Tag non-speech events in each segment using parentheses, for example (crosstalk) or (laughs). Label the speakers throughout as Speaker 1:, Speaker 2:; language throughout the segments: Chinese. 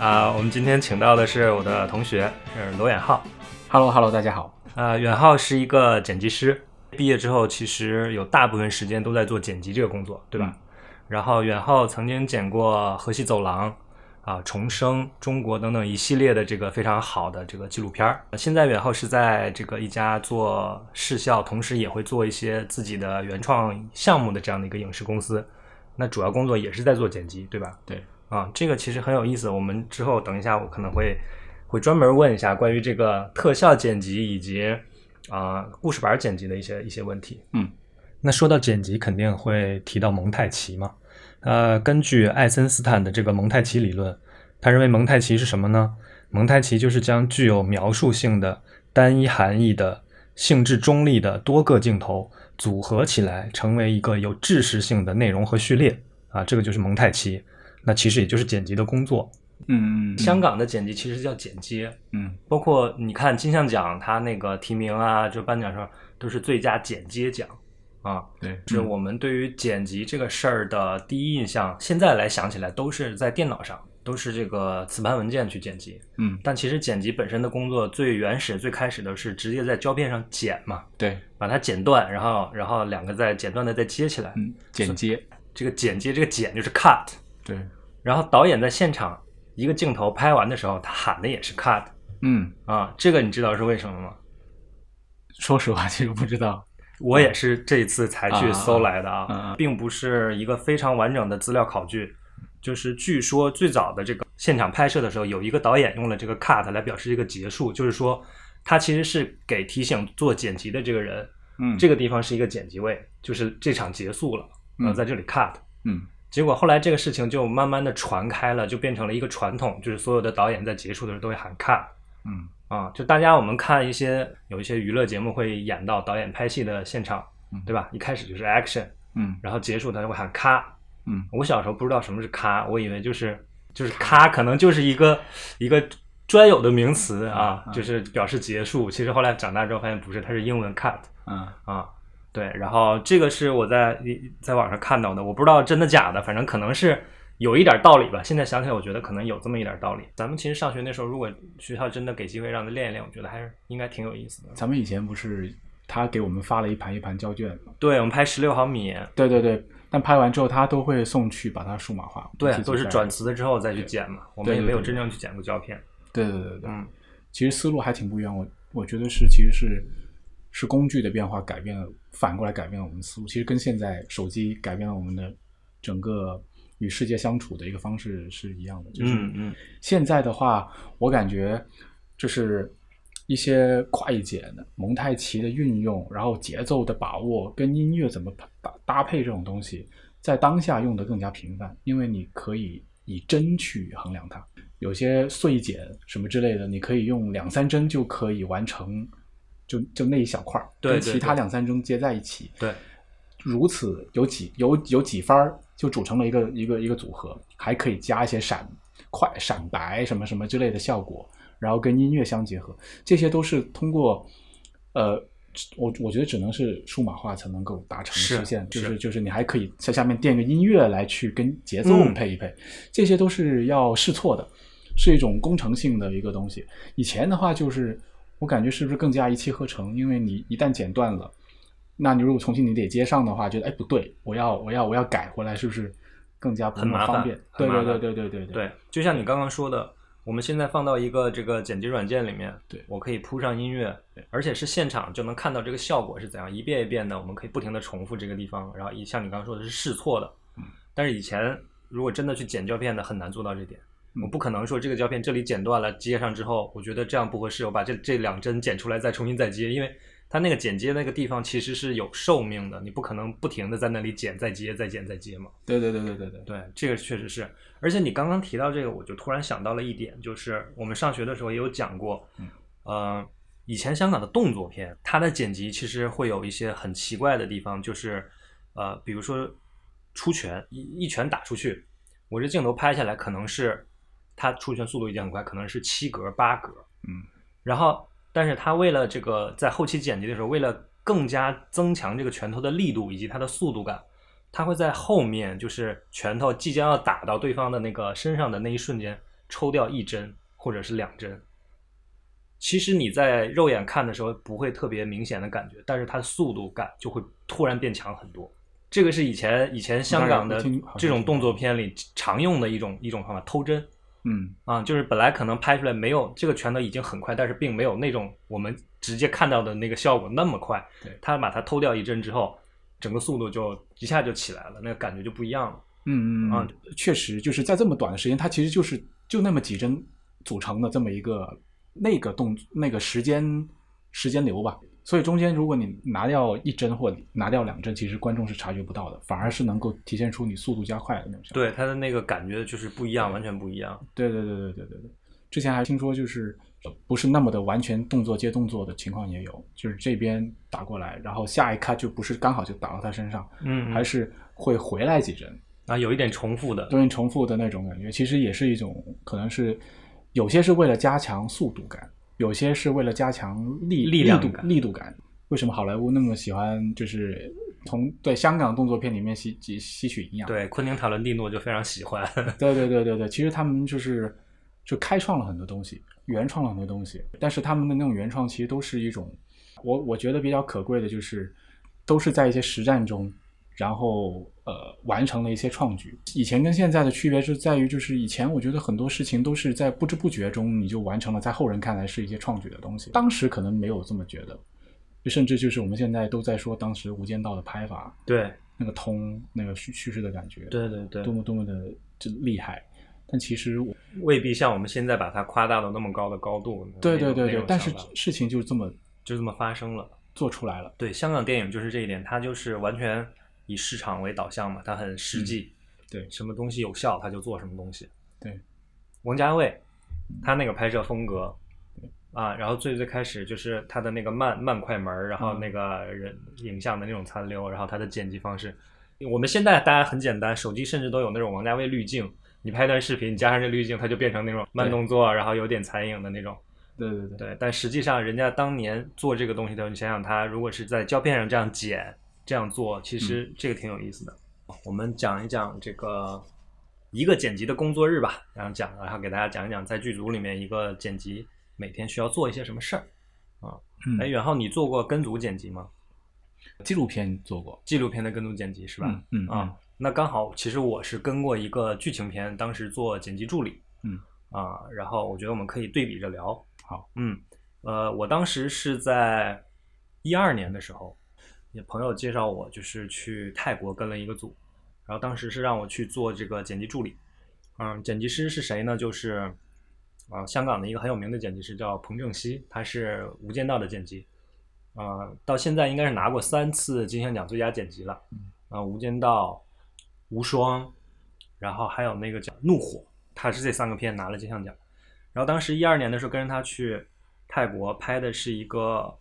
Speaker 1: 啊、我们今天请到的是我的同学，是罗远浩。
Speaker 2: Hello Hello，大家好。
Speaker 1: 啊，远浩是一个剪辑师，毕业之后其实有大部分时间都在做剪辑这个工作，对吧？然后远浩曾经剪过《河西走廊》啊，《重生》《中国》等等一系列的这个非常好的这个纪录片儿。现在远浩是在这个一家做视效，同时也会做一些自己的原创项目的这样的一个影视公司。那主要工作也是在做剪辑，对吧？
Speaker 2: 对，
Speaker 1: 啊，这个其实很有意思。我们之后等一下，我可能会会专门问一下关于这个特效剪辑以及啊、故事板剪辑的一些一些问题。
Speaker 2: 嗯，
Speaker 1: 那说到剪辑，肯定会提到蒙太奇嘛。呃，根据爱森斯坦的这个蒙太奇理论，他认为蒙太奇是什么呢？蒙太奇就是将具有描述性的、单一含义的、性质中立的多个镜头组合起来，成为一个有知识性的内容和序列啊，这个就是蒙太奇。那其实也就是剪辑的工作。
Speaker 2: 嗯，
Speaker 1: 香港的剪辑其实叫剪接，
Speaker 2: 嗯
Speaker 1: 包括你看金像奖，它那个提名啊，就颁奖上都是最佳剪接奖啊。
Speaker 2: 对，
Speaker 1: 是我们对于剪辑这个事儿的第一印象，现在来想起来都是在电脑上，都是这个磁盘文件去剪辑。
Speaker 2: 嗯
Speaker 1: 但其实剪辑本身的工作最原始、最开始的是直接在胶片上剪嘛，
Speaker 2: 对，
Speaker 1: 把它剪断，然后然后两个再剪断的再接起来。
Speaker 2: 嗯剪接，
Speaker 1: 这个剪接，这个剪就是 cut，
Speaker 2: 对，
Speaker 1: 然后导演在现场一个镜头拍完的时候，他喊的也是 cut
Speaker 2: 嗯，
Speaker 1: 啊，这个你知道是为什么吗？
Speaker 2: 说实话，其实不知道。
Speaker 1: 我也是这一次才去搜来的
Speaker 2: 啊啊啊
Speaker 1: 啊
Speaker 2: 啊，
Speaker 1: 并不是一个非常完整的资料考据。就是据说最早的这个现场拍摄的时候，有一个导演用了这个 cut 来表示一个结束，就是说他其实是给提醒做剪辑的这个人，
Speaker 2: 嗯
Speaker 1: 这
Speaker 2: 个，
Speaker 1: 个地方是一个剪辑位，就是这场结束了，然后
Speaker 2: 嗯
Speaker 1: 在这里 cut。
Speaker 2: 嗯
Speaker 1: 结果后来这个事情就慢慢的传开了，就变成了一个传统，就是所有的导演在结束的时候都会喊 cut。
Speaker 2: 嗯
Speaker 1: 啊，就大家我们看一些有一些娱乐节目会演到导演拍戏的现场
Speaker 2: 嗯，
Speaker 1: 对吧？一开始就是 action，
Speaker 2: 嗯
Speaker 1: 然后结束他就会喊咔。
Speaker 2: 嗯
Speaker 1: 我小时候不知道什么是咔，我以为就是就是咔，可能就是一个一个专有的名词啊
Speaker 2: 嗯，嗯
Speaker 1: 就是表示结束。其实后来长大之后发现不是，它是英文 cut
Speaker 2: 啊，
Speaker 1: 啊。对，然后这个是我在在网上看到的，我不知道真的假的，反正可能是有一点道理吧。现在想起来，我觉得可能有这么一点道理。咱们其实上学那时候，如果学校真的给机会让他练一练，我觉得还是应该挺有意思的。
Speaker 2: 咱们以前不是他给我们发了一盘一盘胶卷吗？
Speaker 1: 对我们拍十六毫米，
Speaker 2: 对对对，但拍完之后他都会送去把它数码化，
Speaker 1: 对
Speaker 2: 我，记得
Speaker 1: 都是
Speaker 2: 在
Speaker 1: 转。磁了之后再去剪嘛，我们
Speaker 2: 对
Speaker 1: 也
Speaker 2: 对
Speaker 1: 没有
Speaker 2: 对
Speaker 1: 真正去剪过胶片。
Speaker 2: 对对对对，
Speaker 1: 嗯，
Speaker 2: 其实思路还挺不一样。我我觉得是其实是是工具的变化改变了，反过来改变了我们思路。其实跟现在手机改变了我们的整个与世界相处的一个方式是一样的，就是
Speaker 1: 嗯嗯
Speaker 2: 现在的话，我感觉就是一些快剪的蒙太奇的运用，然后节奏的把握跟音乐怎么搭搭配这种东西，在当下用的更加频繁，因为你可以以帧去衡量它。有些碎剪什么之类的，你可以用两三帧就可以完成，就就那一小块儿，
Speaker 1: 对
Speaker 2: 跟
Speaker 1: 对
Speaker 2: 其他
Speaker 1: 对
Speaker 2: 两三帧接在一起，
Speaker 1: 对，
Speaker 2: 如此有几有有几番儿就组成了一个一个一个组合，还可以加一些闪快闪白什么什么之类的效果，然后跟音乐相结合，这些都是通过呃，我我觉得只能是数码化才能够达成
Speaker 1: 是
Speaker 2: 实现，就是是就是你还可以在下面垫个音乐来去跟节奏
Speaker 1: 嗯
Speaker 2: 配一配，这些都是要试错的，是一种工程性的一个东西。以前的话就是，我感觉是不是更加一气呵成？因为你一旦剪断了，那你如果重新你得接上的话，觉得哎不对，我要我要我要改回来，是不是更加不
Speaker 1: 很
Speaker 2: 那么
Speaker 1: 麻烦
Speaker 2: 方便？
Speaker 1: 很
Speaker 2: 对
Speaker 1: 麻
Speaker 2: 对
Speaker 1: 烦
Speaker 2: 对对对对
Speaker 1: 对，就像你刚刚说的，我们现在放到一个这个剪辑软件里面，
Speaker 2: 对
Speaker 1: 我可以铺上音乐
Speaker 2: 对，
Speaker 1: 而且是现场就能看到这个效果是怎样，一遍一遍的，我们可以不停的重复这个地方，然后一像你刚刚说的是试错的，
Speaker 2: 嗯
Speaker 1: 但是以前如果真的去剪胶片的，很难做到这点。
Speaker 2: 嗯
Speaker 1: 我不可能说这个胶片这里剪断了接上之后，我觉得这样不合适，我把这这两帧剪出来再重新再接，因为它那个剪接那个地方其实是有寿命的，你不可能不停的在那里剪再接再剪再接嘛。
Speaker 2: 对对对对对对，
Speaker 1: 对，这个确实是。而且你刚刚提到这个，我就突然想到了一点，就是我们上学的时候也有讲过，
Speaker 2: 嗯
Speaker 1: 呃，以前香港的动作片，它的剪辑其实会有一些很奇怪的地方，就是呃，比如说出拳一一拳打出去，我这镜头拍下来可能是它出拳速度已经很快，可能是七格八格，
Speaker 2: 嗯，
Speaker 1: 然后但是它为了这个在后期剪辑的时候，为了更加增强这个拳头的力度以及它的速度感，他会在后面，就是拳头即将要打到对方的那个身上的那一瞬间，抽掉一针或者是两针。其实你在肉眼看的时候不会特别明显的感觉，但是它的速度感就会突然变强很多。这个是以前以前香港的
Speaker 2: 我听好像
Speaker 1: 这种
Speaker 2: 听
Speaker 1: 动作片里常用的一种一种方法，偷针。
Speaker 2: 嗯，
Speaker 1: 啊，就是本来可能拍出来没有这个拳头已经很快，但是并没有那种我们直接看到的那个效果那么快
Speaker 2: 对。
Speaker 1: 他把它偷掉一帧之后，整个速度就一下就起来了，那个感觉就不一样了。
Speaker 2: 嗯嗯
Speaker 1: 啊
Speaker 2: 嗯，确实就是在这么短的时间，它其实就是就那么几帧组成的这么一个那个动那个时间时间流吧。所以中间如果你拿掉一帧或拿掉两帧，其实观众是察觉不到的，反而是能够体现出你速度加快的那种效果。
Speaker 1: 对，它的那个感觉就是不一样，完全不一样。
Speaker 2: 对对对对对对对，之前还听说就是呃不是那么的完全动作接动作的情况也有，就是这边打过来，然后下一卡就不是刚好就打到他身上，
Speaker 1: 嗯
Speaker 2: 还
Speaker 1: 还是
Speaker 2: 是会回来几帧，
Speaker 1: 啊，有一点重复的。
Speaker 2: 多人重复的那种感觉，其实也是一种可能是有些是为了加强速度感，有些是为了加强力
Speaker 1: 力量
Speaker 2: 力度
Speaker 1: 感
Speaker 2: 力度感。为什么好莱坞那么喜欢就是从对香港动作片里面吸吸吸取营养？
Speaker 1: 对，昆汀·塔伦蒂诺就非常喜欢。
Speaker 2: 对对对对对，其实他们就是就开创了很多东西，原创了很多东西，但是他们的那种原创其实都是一种，我我觉得比较可贵的就是，都是在一些实战中，然后呃完成了一些创举。以前跟现在的区别是在于，就是以前我觉得很多事情都是在不知不觉中你就完成了，在后人看来是一些创举的东西，当时可能没有这么觉得，甚至就是我们现在都在说当时《无间道》的拍法。
Speaker 1: (laughs) 对，
Speaker 2: 那个通，那个叙叙事的感觉，
Speaker 1: 对对对
Speaker 2: 多，么多么的这厉害。但其实我，
Speaker 1: 未必像我们现在把它夸大到那么高的高度。
Speaker 2: 对
Speaker 1: 那
Speaker 2: 对
Speaker 1: 种
Speaker 2: 对
Speaker 1: 那
Speaker 2: 对
Speaker 1: 种，
Speaker 2: 但
Speaker 1: 想
Speaker 2: 是
Speaker 1: 法
Speaker 2: 事情就这么
Speaker 1: 就这么发生了。
Speaker 2: 做出来了。
Speaker 1: 对，香港电影就是这一点，它就是完全以市场为导向嘛，它很实际，
Speaker 2: 嗯对
Speaker 1: 什么东西有效，它就做什么东西。
Speaker 2: 对，
Speaker 1: 王家卫，他那个拍摄风格。啊，然后最最开始就是他的那个慢慢快门儿，然
Speaker 2: 嗯
Speaker 1: 后那个人影像的那种残留，然后他的剪辑方式。我们现在大家很简单，手机甚至都有那种王家卫滤镜，你拍一段视频，你加上这滤镜，它就变成那种慢
Speaker 2: 对
Speaker 1: 动作，然后有点残影的那种。
Speaker 2: 对对对，
Speaker 1: 对，但实际上人家当年做这个东西的时候，你想想他如果是在胶片上这样剪、这样做，其实这个挺有意思的。嗯我们讲一讲这个一个剪辑的工作日吧，然后讲，然后给大家讲一讲在剧组里面一个剪辑每天需要做一些什么事儿。哎，
Speaker 2: 嗯，
Speaker 1: 远浩，你做过跟组剪辑吗？
Speaker 2: 纪录片做过
Speaker 1: 纪录片的跟组剪辑是
Speaker 2: 是
Speaker 1: 吧？？
Speaker 2: 嗯
Speaker 1: 啊、，那刚好，其实我是跟过一个剧情片，当时做剪辑助理，
Speaker 2: 嗯，
Speaker 1: 啊，然后我觉得我们可以对比着聊。
Speaker 2: 好，
Speaker 1: 嗯，呃，我当时是在一二年的时候，也朋友介绍我，就是去泰国跟了一个组，然后当时是让我去做这个剪辑助理。嗯，剪辑师是谁呢？就是啊、呃香港的一个很有名的剪辑师叫彭正熙，他是《无间道》的剪辑，呃，到现在应该是拿过三次金像奖最佳剪辑了。啊，《无间道》《无双》，然后还有那个叫《怒火》，他是这三个片拿了金像奖。然后当时一二年的时候跟着他去泰国拍的是一个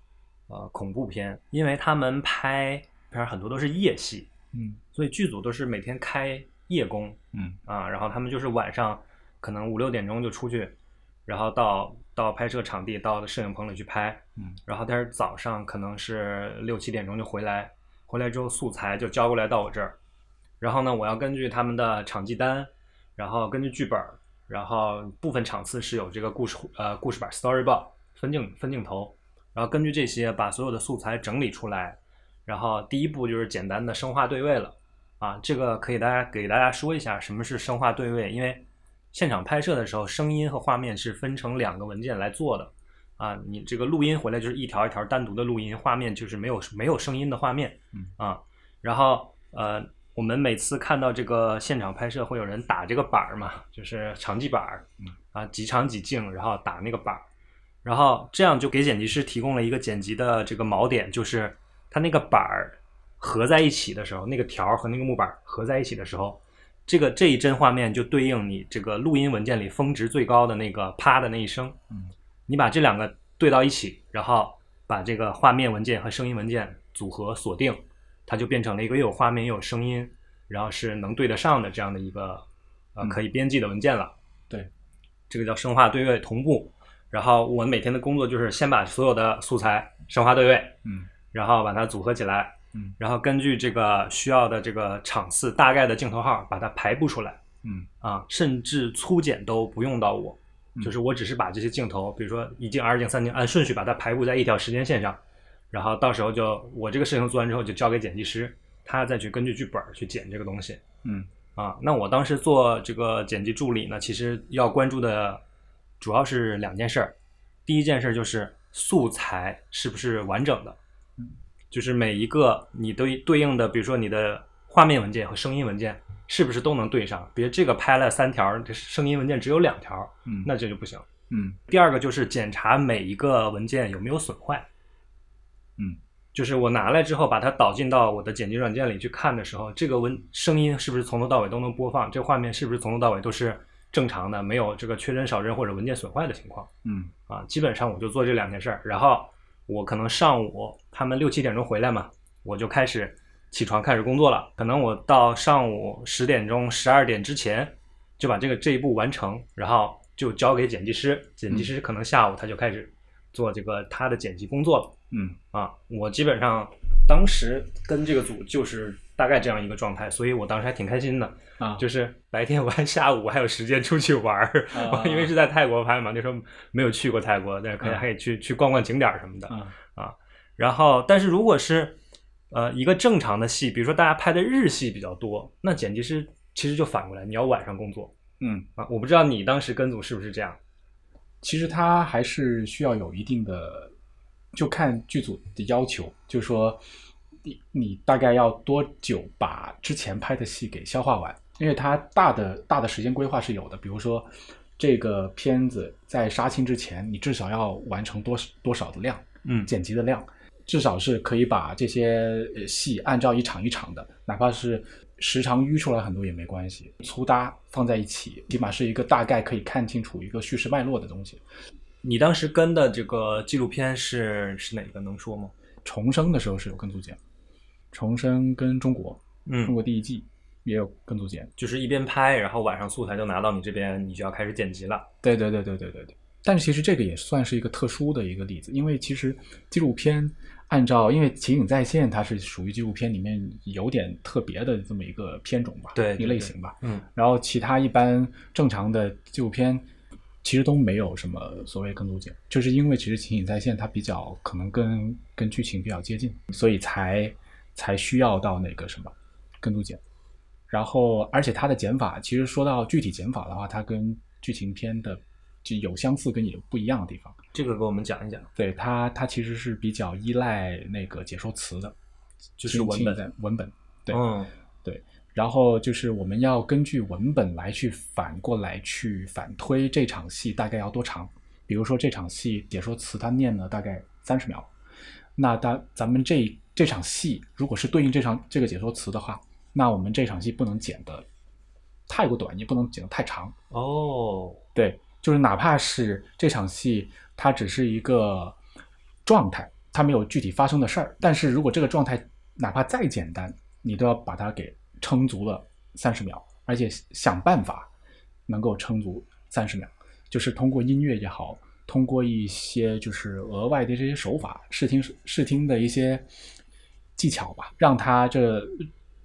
Speaker 1: 呃恐怖片，因为他们拍片儿很多都是夜戏，
Speaker 2: 嗯
Speaker 1: 所以剧组都是每天开夜工
Speaker 2: 嗯
Speaker 1: 啊，然后他们就是晚上可能五六点钟就出去，然后到到拍摄场地到摄影棚里去拍，
Speaker 2: 嗯，
Speaker 1: 然后但是早上可能是六七点钟就回来，回来之后素材就交过来到我这儿，然后呢，我要根据他们的场记单，然后根据剧本儿，然后部分场次是有这个故事呃故事板 storyboard 分镜分镜头，然后根据这些把所有的素材整理出来，然后第一步就是简单的生化对位了。啊，这个可以大家给大家说一下什么是生化对位，因为现场拍摄的时候，声音和画面是分成两个文件来做的啊。你这个录音回来就是一条一条单独的录音，画面就是没有没有声音的画面
Speaker 3: 嗯
Speaker 1: 啊。然后呃，我们每次看到这个现场拍摄，会有人打这个板儿嘛，就是场记板儿
Speaker 3: 嗯
Speaker 1: 啊，几场几镜，然后打那个板儿。然后这样就给剪辑师提供了一个剪辑的这个锚点，就是它那个板儿合在一起的时候，那个条儿和那个木板儿合在一起的时候，这个这一帧画面就对应你这个录音文件里峰值最高的那个啪的那一声。
Speaker 3: 嗯，
Speaker 1: 你把这两个对到一起，然后把这个画面文件和声音文件组合锁定，它就变成了一个又有画面又有声音，然后是能对得上的这样的一个呃
Speaker 3: 嗯
Speaker 1: 可以编辑的文件了。
Speaker 3: 对，
Speaker 1: 这个叫生化对位同步。然后我每天的工作就是先把所有的素材生化对位，
Speaker 3: 嗯
Speaker 1: 然后把它组合起来，
Speaker 3: 嗯
Speaker 1: 然后根据这个需要的这个场次大概的镜头号把它排布出来
Speaker 3: 嗯
Speaker 1: 啊，甚至粗剪都不用到我，
Speaker 3: 嗯
Speaker 1: 就是我只是把这些镜头，比如说一镜、二镜、三镜，按顺序把它排布在一条时间线上，然后到时候就我这个事情做完之后就交给剪辑师，他再去根据剧本儿去剪这个东西。
Speaker 3: 嗯
Speaker 1: 啊，那我当时做这个剪辑助理呢，其实要关注的主要是两件事儿。第一件事就是素材是不是完整的
Speaker 3: 嗯，
Speaker 1: 就是每一个你对对应的，比如说你的画面文件和声音文件是不是都能对上？别这个拍了三条，这声音文件只有两条，
Speaker 3: 嗯，
Speaker 1: 那这就不行。
Speaker 3: 嗯
Speaker 1: 第二个就是检查每一个文件有没有损坏。
Speaker 3: 嗯，
Speaker 1: 就是我拿来之后，把它导进到我的剪辑软件里去看的时候，这个文声音是不是从头到尾都能播放？这画面是不是从头到尾都是正常的，没有这个缺帧、少帧或者文件损坏的情况？
Speaker 3: 嗯
Speaker 1: 啊，基本上我就做这两件事儿。然后我可能上午他们六七点钟回来嘛，我就开始起床开始工作了。可能我到上午十点钟、十二点之前就把这个这一步完成，然后就交给剪辑师。剪辑师可能下午他就开始做这个他的剪辑工作了。
Speaker 3: 嗯
Speaker 1: 啊，我基本上当时跟这个组就是大概这样一个状态，所以我当时还挺开心的。
Speaker 3: 啊，
Speaker 1: 就是白天玩， (laughs) 下午还有时间出去玩儿，
Speaker 3: 啊
Speaker 1: 因为是在泰国拍嘛，那时候没有去过泰国，但是可以
Speaker 3: 嗯
Speaker 1: 还可以去、去逛逛景点儿什么的。
Speaker 3: 啊
Speaker 1: 然后，但是如果是呃一个正常的戏，比如说大家拍的日戏比较多，那剪辑师其实就反过来，你要晚上工作
Speaker 3: 嗯，
Speaker 1: 啊。我不知道你当时跟组是不是这样，
Speaker 3: 其实它还是需要有一定的，就看剧组的要求，就是说你你大概要多久把之前拍的戏给消化完，因为它大的大的时间规划是有的，比如说这个片子在杀青之前，你至少要完成多多少的量，
Speaker 1: 嗯
Speaker 3: 剪辑的量，至少是可以把这些呃戏按照一场一场的，哪怕是时长淤出来很多也没关系，粗搭放在一起，起码是一个大概可以看清楚一个叙事脉络的东西。
Speaker 1: 你当时跟的这个纪录片是是哪个？能说吗？
Speaker 3: 重生的时候是有跟组剪，重生跟中国，中
Speaker 1: 嗯，
Speaker 3: 国第一季也有跟组剪。
Speaker 1: 就是一边拍，然后晚上素材就拿到你这边，你就要开始剪辑了。
Speaker 3: 对对对对对对对。但是其实这个也算是一个特殊的一个例子，因为其实纪录片按照因为《情景再现》它是属于纪录片里面有点特别的这么一个片种吧，
Speaker 1: 对对
Speaker 3: 一个
Speaker 1: 对
Speaker 3: 类型吧。
Speaker 1: 嗯
Speaker 3: 然后其他一般正常的纪录片其实都没有什么所谓跟组剪，就是因为其实情景再现它比较可能跟跟剧情比较接近，所以才才需要到那个什么跟组剪。然后，而且它的剪法，其实说到具体剪法的话，它跟剧情片的就有相似跟也有不一样的地方。
Speaker 1: 这个给我们讲一讲，
Speaker 3: 对它，它其实是比较依赖那个解说词的，
Speaker 1: 就是文
Speaker 3: 情景
Speaker 1: 本
Speaker 3: 在文本。对
Speaker 1: 嗯。
Speaker 3: 然后就是我们要根据文本来去反过来去反推这场戏大概要多长。比如说这场戏解说词它念了大概三十秒，那大咱们这这场戏如果是对应这场这个解说词的话，那我们这场戏不能剪得太过短，也不能剪得太长。
Speaker 1: 哦，
Speaker 3: 对，就是哪怕是这场戏，它只是一个状态，它没有具体发生的事儿。但是如果这个状态哪怕再简单，你都要把它给撑足了三十秒，而且想办法能够撑足三十秒，就是通过音乐也好，通过一些就是额外的这些手法，视听视听的一些技巧吧，让它这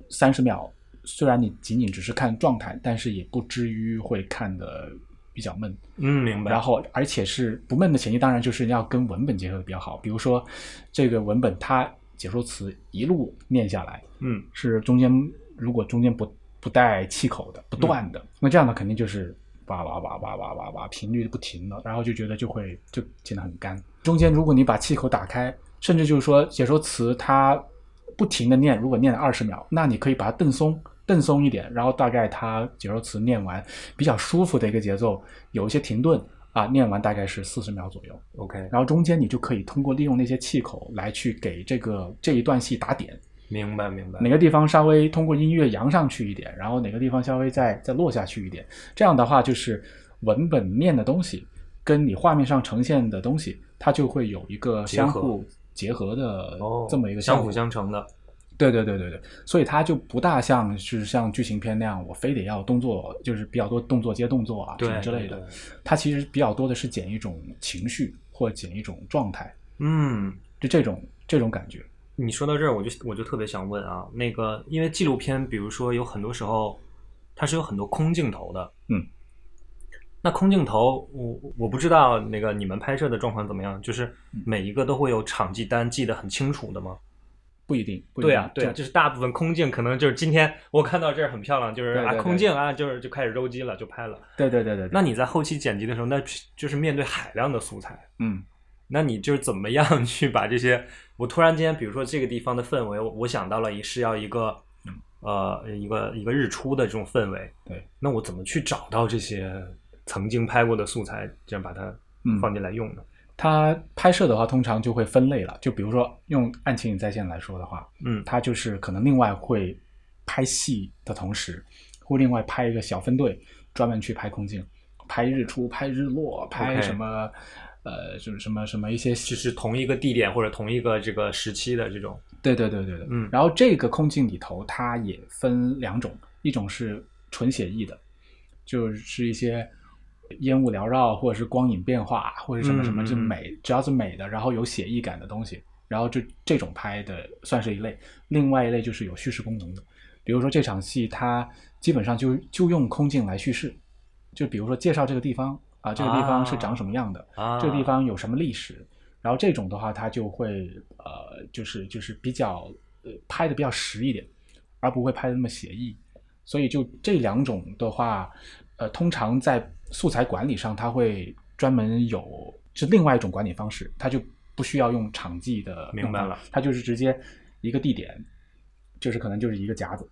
Speaker 3: 三十秒虽然你仅仅只是看状态，但是也不至于会看的比较闷。
Speaker 1: 嗯，明白。
Speaker 3: 然后，而且是不闷的前提，当然就是要跟文本结合得比较好。比如说，这个文本它解说词一路念下来，
Speaker 1: 嗯，
Speaker 3: 是中间如果中间不不带气口的、不断的，那这样的肯定就是叭叭叭叭叭叭叭，频率不停的，然后就觉得就会就显得很干。中间如果你把气口打开，甚至就是说解说词它不停的念，如果念了二十秒，那你可以把它蹬松，蹬松一点，然后大概它解说词念完比较舒服的一个节奏，有一些停顿啊，念完大概是四十秒左右。
Speaker 1: OK，
Speaker 3: 然后中间你就可以通过利用那些气口来去给这个这一段戏打点，
Speaker 1: 明白明白。
Speaker 3: 哪个地方稍微通过音乐扬上去一点，然后哪个地方稍微再再落下去一点，这样的话就是文本面的东西跟你画面上呈现的东西，它就会有一个
Speaker 1: 结
Speaker 3: 相
Speaker 1: 合
Speaker 3: 互结合的
Speaker 1: 哦，
Speaker 3: 这么一个效
Speaker 1: 相
Speaker 3: 果
Speaker 1: 辅相成的。
Speaker 3: 对对对对对，所以它就不大像是像剧情片那样，我非得要动作，就是比较多动作接动作啊什
Speaker 1: 对
Speaker 3: 么之类
Speaker 1: 对
Speaker 3: 的
Speaker 1: 对。
Speaker 3: 它其实比较多的是剪一种情绪或剪一种状态，
Speaker 1: 嗯，
Speaker 3: 就这种这种感觉。
Speaker 1: 你说到这儿，我就我就特别想问啊，那个因为纪录片，比如说有很多时候它是有很多空镜头的，
Speaker 3: 嗯，
Speaker 1: 那空镜头我我不知道那个你们拍摄的状况怎么样，就是
Speaker 3: 嗯
Speaker 1: 每一个都会有场记单记得很清楚的吗？
Speaker 3: 不一定，不一定
Speaker 1: 对啊，对啊，就是大部分空镜可能就是今天我看到这儿很漂亮，就是
Speaker 3: 对对
Speaker 1: 啊
Speaker 3: 对
Speaker 1: 空镜啊，就是就开始揉机了，就拍了。
Speaker 3: 对对对对对，
Speaker 1: 那你在后期剪辑的时候，那就是面对海量的素材，
Speaker 3: 嗯
Speaker 1: 那你就是怎么样去把这些？我突然间，比如说这个地方的氛围，我我想到了一是要一个，呃，一个一个日出的这种氛围。
Speaker 3: 对，
Speaker 1: 那我怎么去找到这些曾经拍过的素材，这样把它
Speaker 3: 嗯，
Speaker 1: 放进来用呢？
Speaker 3: 它拍摄的话，通常就会分类了。就比如说用《案情与再现》来说的话，
Speaker 1: 嗯
Speaker 3: 它就是可能另外会拍戏的同时，会另外拍一个小分队，专门去拍空镜，拍日出、拍日落、拍
Speaker 1: OK
Speaker 3: 什么呃，就是什么什么一些
Speaker 1: 就是同一个地点或者同一个这个时期的这种。
Speaker 3: 对对对对对，
Speaker 1: 嗯
Speaker 3: 然后这个空镜里头，它也分两种，一种是纯写意的，就是一些烟雾缭绕，或者是光影变化，或者什么什么，
Speaker 1: 嗯嗯
Speaker 3: 就
Speaker 1: 嗯
Speaker 3: 美，只要是美的，然后有写意感的东西，然后就这种拍的算是一类。另外一类就是有叙事功能的，比如说这场戏，它基本上就就用空镜来叙事，就比如说介绍这个地方啊，这个地方是长什么样的，
Speaker 1: 啊
Speaker 3: 这个地方有什么历史，然后这种的话，它就会呃，就是就是比较呃拍的比较实一点，而不会拍的那么写意。所以就这两种的话，呃，通常在素材管理上，它会专门有是另外一种管理方式，它就不需要用场记的，
Speaker 1: 明白了，
Speaker 3: 它就是直接一个地点，就是可能就是一个夹子，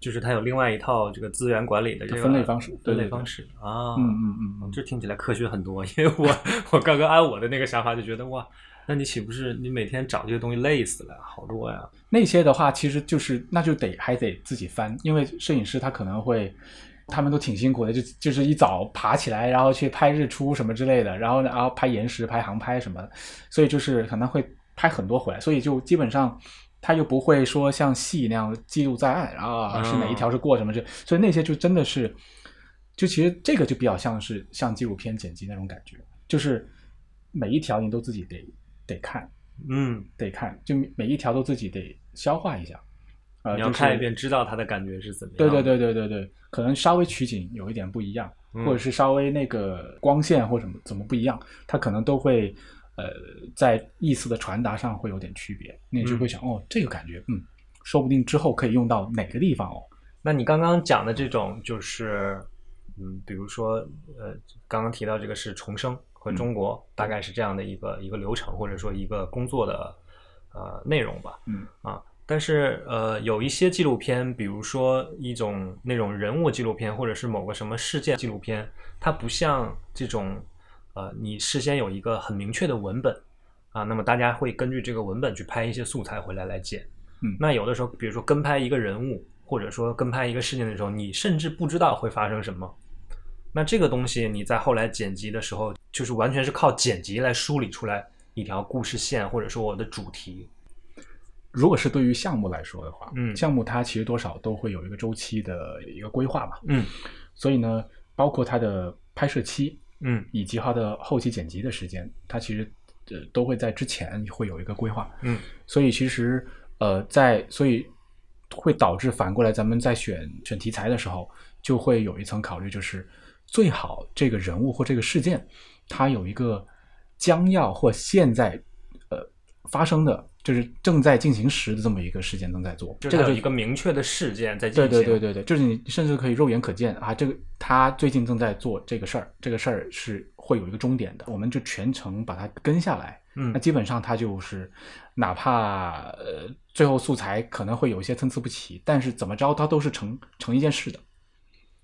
Speaker 1: 就是它有另外一套这个资源管理的这个
Speaker 3: 分类方式，对
Speaker 1: 分
Speaker 3: 对
Speaker 1: 类
Speaker 3: 对
Speaker 1: 方式啊。
Speaker 3: 嗯嗯嗯嗯，
Speaker 1: 这听起来科学很多，因为我我刚刚按我的那个想法就觉得哇，那你岂不是你每天找这个东西累死了，好多呀？
Speaker 3: 那些的话，其实就是那就得还得自己翻，因为摄影师他可能会，他们都挺辛苦的，就就是一早爬起来，然后去拍日出什么之类的，然后呢然后拍延时、拍航拍什么的，所以就是可能会拍很多回来，所以就基本上他又不会说像戏那样记录在案啊，
Speaker 1: 嗯
Speaker 3: 是哪一条是过什么这，所以那些就真的是，就其实这个就比较像是像纪录片剪辑那种感觉，就是每一条你都自己得得看。
Speaker 1: 嗯，
Speaker 3: 得看，就每一条都自己得消化一下。呃，
Speaker 1: 你要
Speaker 3: 就是
Speaker 1: 看一遍，啊知道它的感觉是怎么样。
Speaker 3: 对对，对对对对，可能稍微取景有一点不一样，
Speaker 1: 嗯
Speaker 3: 或者是稍微那个光线或什么怎么不一样，它可能都会呃在意思的传达上会有点区别，你就会想、哦，这个感觉，嗯，说不定之后可以用到哪个地方哦。
Speaker 1: 那你刚刚讲的这种就是，嗯，比如说呃，刚刚提到这个是重生和中国，大概是这样的一个一个流程，或者说一个工作的呃内容吧。
Speaker 3: 嗯
Speaker 1: 啊，但是呃，有一些纪录片，比如说一种那种人物纪录片，或者是某个什么事件纪录片，它不像这种呃，你事先有一个很明确的文本啊，那么大家会根据这个文本去拍一些素材回来来剪。
Speaker 3: 嗯
Speaker 1: 那有的时候，比如说跟拍一个人物，或者说跟拍一个事件的时候，你甚至不知道会发生什么。那这个东西你在后来剪辑的时候，就是完全是靠剪辑来梳理出来一条故事线，或者说我的主题。
Speaker 3: 如果是对于项目来说的话，
Speaker 1: 嗯
Speaker 3: 项目它其实多少都会有一个周期的一个规划嘛，
Speaker 1: 嗯
Speaker 3: 所以呢，包括它的拍摄期，
Speaker 1: 嗯
Speaker 3: 以及它的后期剪辑的时间，它其实呃都会在之前会有一个规划，
Speaker 1: 嗯，
Speaker 3: 所以其实呃在所以会导致反过来咱们在选选题材的时候，就会有一层考虑，就是最好这个人物或这个事件，它有一个将要或现在呃发生的就是正在进行时的这么一个事件正在做，
Speaker 1: 就
Speaker 3: 这
Speaker 1: 是
Speaker 3: 个
Speaker 1: 它有
Speaker 3: 是
Speaker 1: 一个明确的事件在进
Speaker 3: 对
Speaker 1: 行。
Speaker 3: 对对对对，就是你甚至可以肉眼可见啊，这个他最近正在做这个事儿，这个事儿是会有一个终点的，我们就全程把它跟下来。
Speaker 1: 嗯
Speaker 3: 那基本上它就是，哪怕呃最后素材可能会有一些参差不齐，但是怎么着它都是成成一件事的。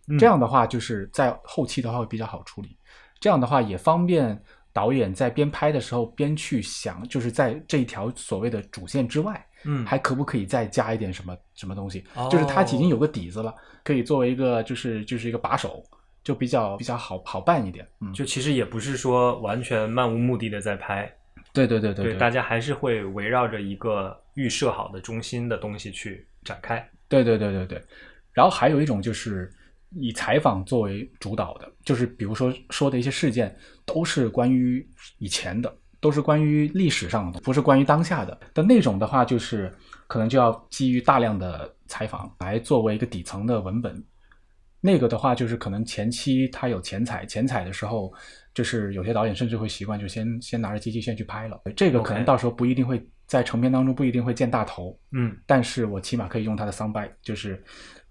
Speaker 1: 嗯
Speaker 3: 这样的话，就是在后期的话会比较好处理。这样的话也方便导演在边拍的时候边去想，就是在这一条所谓的主线之外，
Speaker 1: 嗯，
Speaker 3: 还可不可以再加一点什么什么东西？
Speaker 1: 哦
Speaker 3: 就是他已经有个底子了，可以作为一个就是就是一个把手，就比较比较好好办一点。嗯，
Speaker 1: 就其实也不是说完全漫无目的的在拍，
Speaker 3: 对对对对
Speaker 1: 大家还是会围绕着一个预设好的中心的东西去展开。
Speaker 3: 对对对对对。然后还有一种就是以采访作为主导的，就是比如说说的一些事件都是关于以前的，都是关于历史上的，不是关于当下的。但那种的话，就是可能就要基于大量的采访来作为一个底层的文本。那个的话，就是可能前期它有前采，前采的时候，就是有些导演甚至会习惯就先先拿着机器先去拍了。这个可能
Speaker 1: OK
Speaker 3: 到时候不一定会在成片当中不一定会见大头，
Speaker 1: 嗯，
Speaker 3: 但是我起码可以用它的 soundbite，就是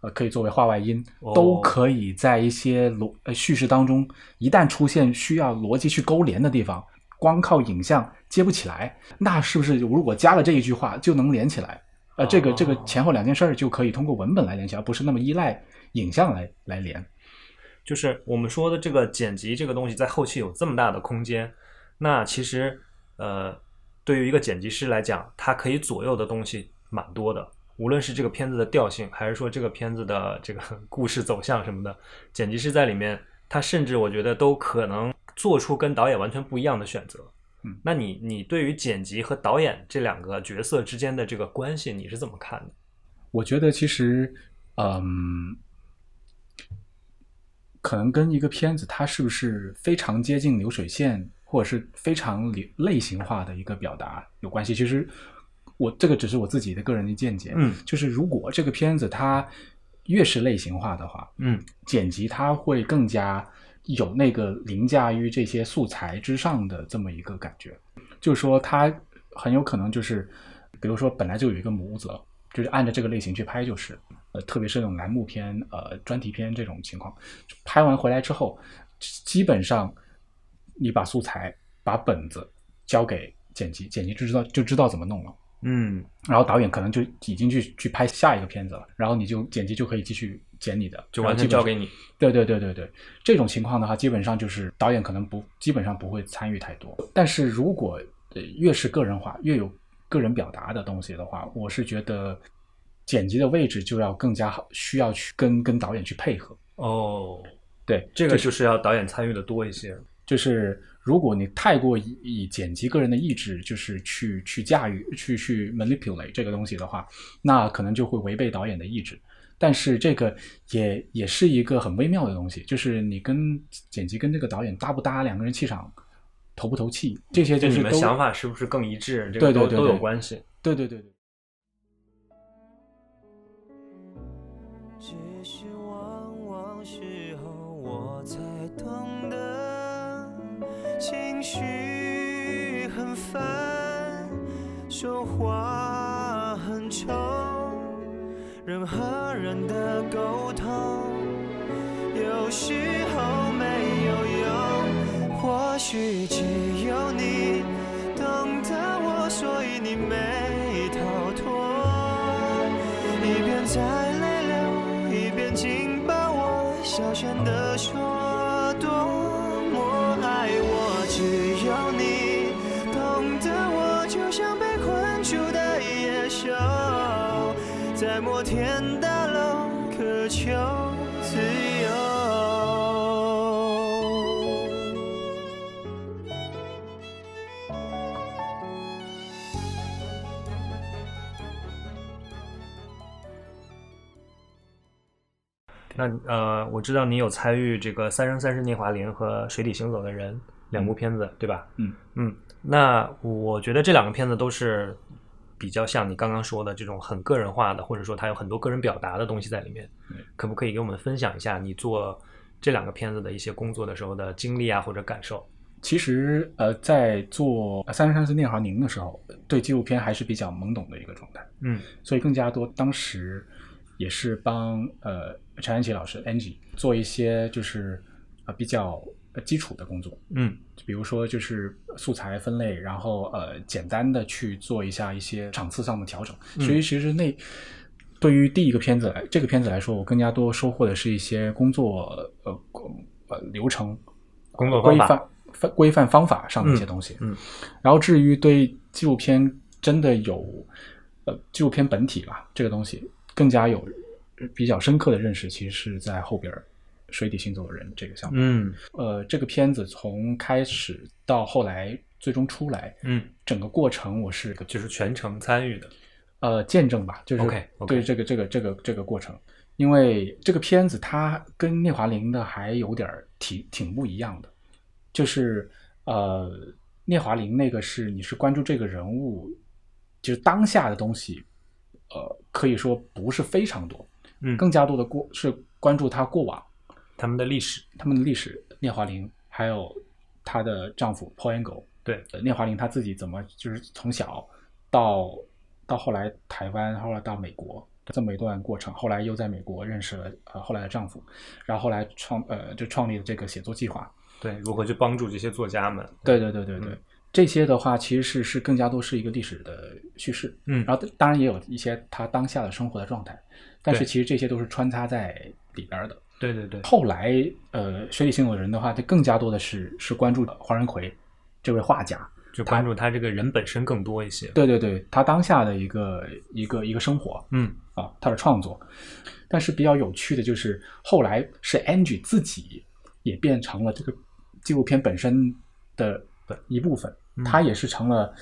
Speaker 3: 呃可以作为话外音，
Speaker 1: 哦
Speaker 3: 都可以在一些逻呃叙事当中，一旦出现需要逻辑去勾连的地方，光靠影像接不起来，那是不是如果加了这一句话就能连起来？呃，这个这个
Speaker 1: 哦
Speaker 3: 前后两件事儿就可以通过文本来连起来，不是那么依赖影像来来连。
Speaker 1: 就是我们说的这个剪辑这个东西，在后期有这么大的空间，那其实呃，对于一个剪辑师来讲，他可以左右的东西蛮多的。无论是这个片子的调性，还是说这个片子的这个 (laughs) 故事走向什么的，剪辑师在里面，他甚至我觉得都可能做出跟导演完全不一样的选择。
Speaker 3: 嗯
Speaker 1: 那你你对于剪辑和导演这两个角色之间的这个关系，你是怎么看的？
Speaker 3: 我觉得其实，嗯，可能跟一个片子它是不是非常接近流水线，或者是非常流类型化的一个表达有关系。其实我这个只是我自己的个人的见解，
Speaker 1: 嗯
Speaker 3: 就是如果这个片子它越是类型化的话，
Speaker 1: 嗯
Speaker 3: 剪辑它会更加有那个凌驾于这些素材之上的这么一个感觉，就是说它很有可能就是，比如说本来就有一个模子了，就是按照这个类型去拍就是，呃，特别是那种栏目片、呃专题片这种情况，拍完回来之后，基本上你把素材、把本子交给剪辑，剪辑就知道就知道怎么弄了。
Speaker 1: 嗯，
Speaker 3: 然后导演可能就已经去去拍下一个片子了，然后你就剪辑就可以继续剪你的，
Speaker 1: 就
Speaker 3: 然后
Speaker 1: 完全
Speaker 3: 基本
Speaker 1: 交
Speaker 3: 上
Speaker 1: 给你。
Speaker 3: 对对对对对，这种情况的话，基本上就是导演可能不基本上不会参与太多。但是如果呃越是个人化，越有个人表达的东西的话，我是觉得剪辑的位置就要更加好，需要去跟跟导演去配合。
Speaker 1: 哦，
Speaker 3: 对，
Speaker 1: 这个就是要导演参与的多一些。
Speaker 3: 就是如果你太过以以剪辑个人的意志，就是去去驾驭、去去 manipulate 这个东西的话，那可能就会违背导演的意志。但是这个也也是一个很微妙的东西，就是你跟剪辑跟这个导演搭不搭，两个人气场投不投气，这些就
Speaker 1: 跟
Speaker 3: 是
Speaker 1: 你
Speaker 3: 都
Speaker 1: 们想法是不是更一致？这
Speaker 3: 对
Speaker 1: 个
Speaker 3: 对
Speaker 1: 都
Speaker 3: 对
Speaker 1: 都
Speaker 3: 对
Speaker 1: 有关系。
Speaker 3: 对对对对。
Speaker 4: 只是往往事后我才懂得，情绪很烦，说话很冲，人和人的沟通有时候没有用，或许只有你懂得我，所以你没逃脱。一边在泪流，一边紧抱我，小声地说多么爱我。只有你懂得我，就像被困住的野兽，在摩天大楼渴求自由。
Speaker 1: 那呃，我知道你有参与这个《三生三世聂华苓》和《水底行走的人》两部片子，对吧？
Speaker 3: 嗯
Speaker 1: 嗯。那我觉得这两个片子都是比较像你刚刚说的这种很个人化的，或者说它有很多个人表达的东西在里面。可不可以给我们分享一下你做这两个片子的一些工作的时候的经历啊，或者感受？
Speaker 2: 其实呃，在做呃三十三次念行宁的时候，对纪录片还是比较懵懂的一个状态，
Speaker 1: 嗯
Speaker 2: 所以更加多当时也是帮呃陈安琪老师 Angie 做一些就是呃比较呃基础的工作，
Speaker 1: 嗯
Speaker 2: 就比如说就是素材分类，然后呃简单的去做一下一些场次上的调整。
Speaker 1: 嗯
Speaker 2: 所以其实那对于第一个片子来，这个片子来说，我更加多收获的是一些工作呃工呃流程、
Speaker 1: 工作方
Speaker 2: 规
Speaker 1: 法
Speaker 2: 范范规范方法上的一
Speaker 1: 嗯
Speaker 2: 些东西。
Speaker 1: 嗯
Speaker 2: 然后至于对纪录片真的有呃纪录片本体吧这个东西更加有比较深刻的认识，其实是在后边儿水底行走的人这个项目。
Speaker 1: 嗯
Speaker 2: 呃，这个片子从开始到后来最终出来，
Speaker 1: 嗯，
Speaker 2: 整个过程我是
Speaker 1: 就是全程参与的，
Speaker 2: 呃见证吧，就是
Speaker 1: OK，OK
Speaker 2: 对这个这个这个这个过程，因为这个片子它跟聂华苓的还有点儿挺挺不一样的，就是呃聂华苓那个是你是关注这个人物，就是当下的东西，呃可以说不是非常多，
Speaker 1: 嗯，
Speaker 2: 更加多的过是关注他过往。
Speaker 1: 他们的历史，
Speaker 2: 他们的历史，聂华苓还有她的丈夫 Paul Engel，
Speaker 1: 对
Speaker 2: 呃聂华苓她自己怎么就是从小到到后来台湾，后来到美国这么一段过程，后来又在美国认识了呃后来的丈夫，然后后来创呃就创立了这个写作计划。
Speaker 1: 对，如何去帮助这些作家们，
Speaker 2: 对对对对对，
Speaker 1: 嗯
Speaker 2: 这些的话其实是是更加多是一个历史的叙事，
Speaker 1: 嗯
Speaker 2: 然后当然也有一些她当下的生活的状态，但是
Speaker 1: 对
Speaker 2: 其实这些都是穿插在里边儿的。
Speaker 1: 对对对，
Speaker 2: 后来，呃，水底行走的人的话，他更加多的是是关注黄仁奎这位画家，
Speaker 1: 就关注他这个人本身更多一些，
Speaker 2: 对对对，他当下的一个一个一个生活
Speaker 1: 嗯
Speaker 2: 啊，他的创作。但是比较有趣的就是，后来是 Angie 自己也变成了这个纪录片本身的一部分，
Speaker 1: 嗯
Speaker 2: 他也是成了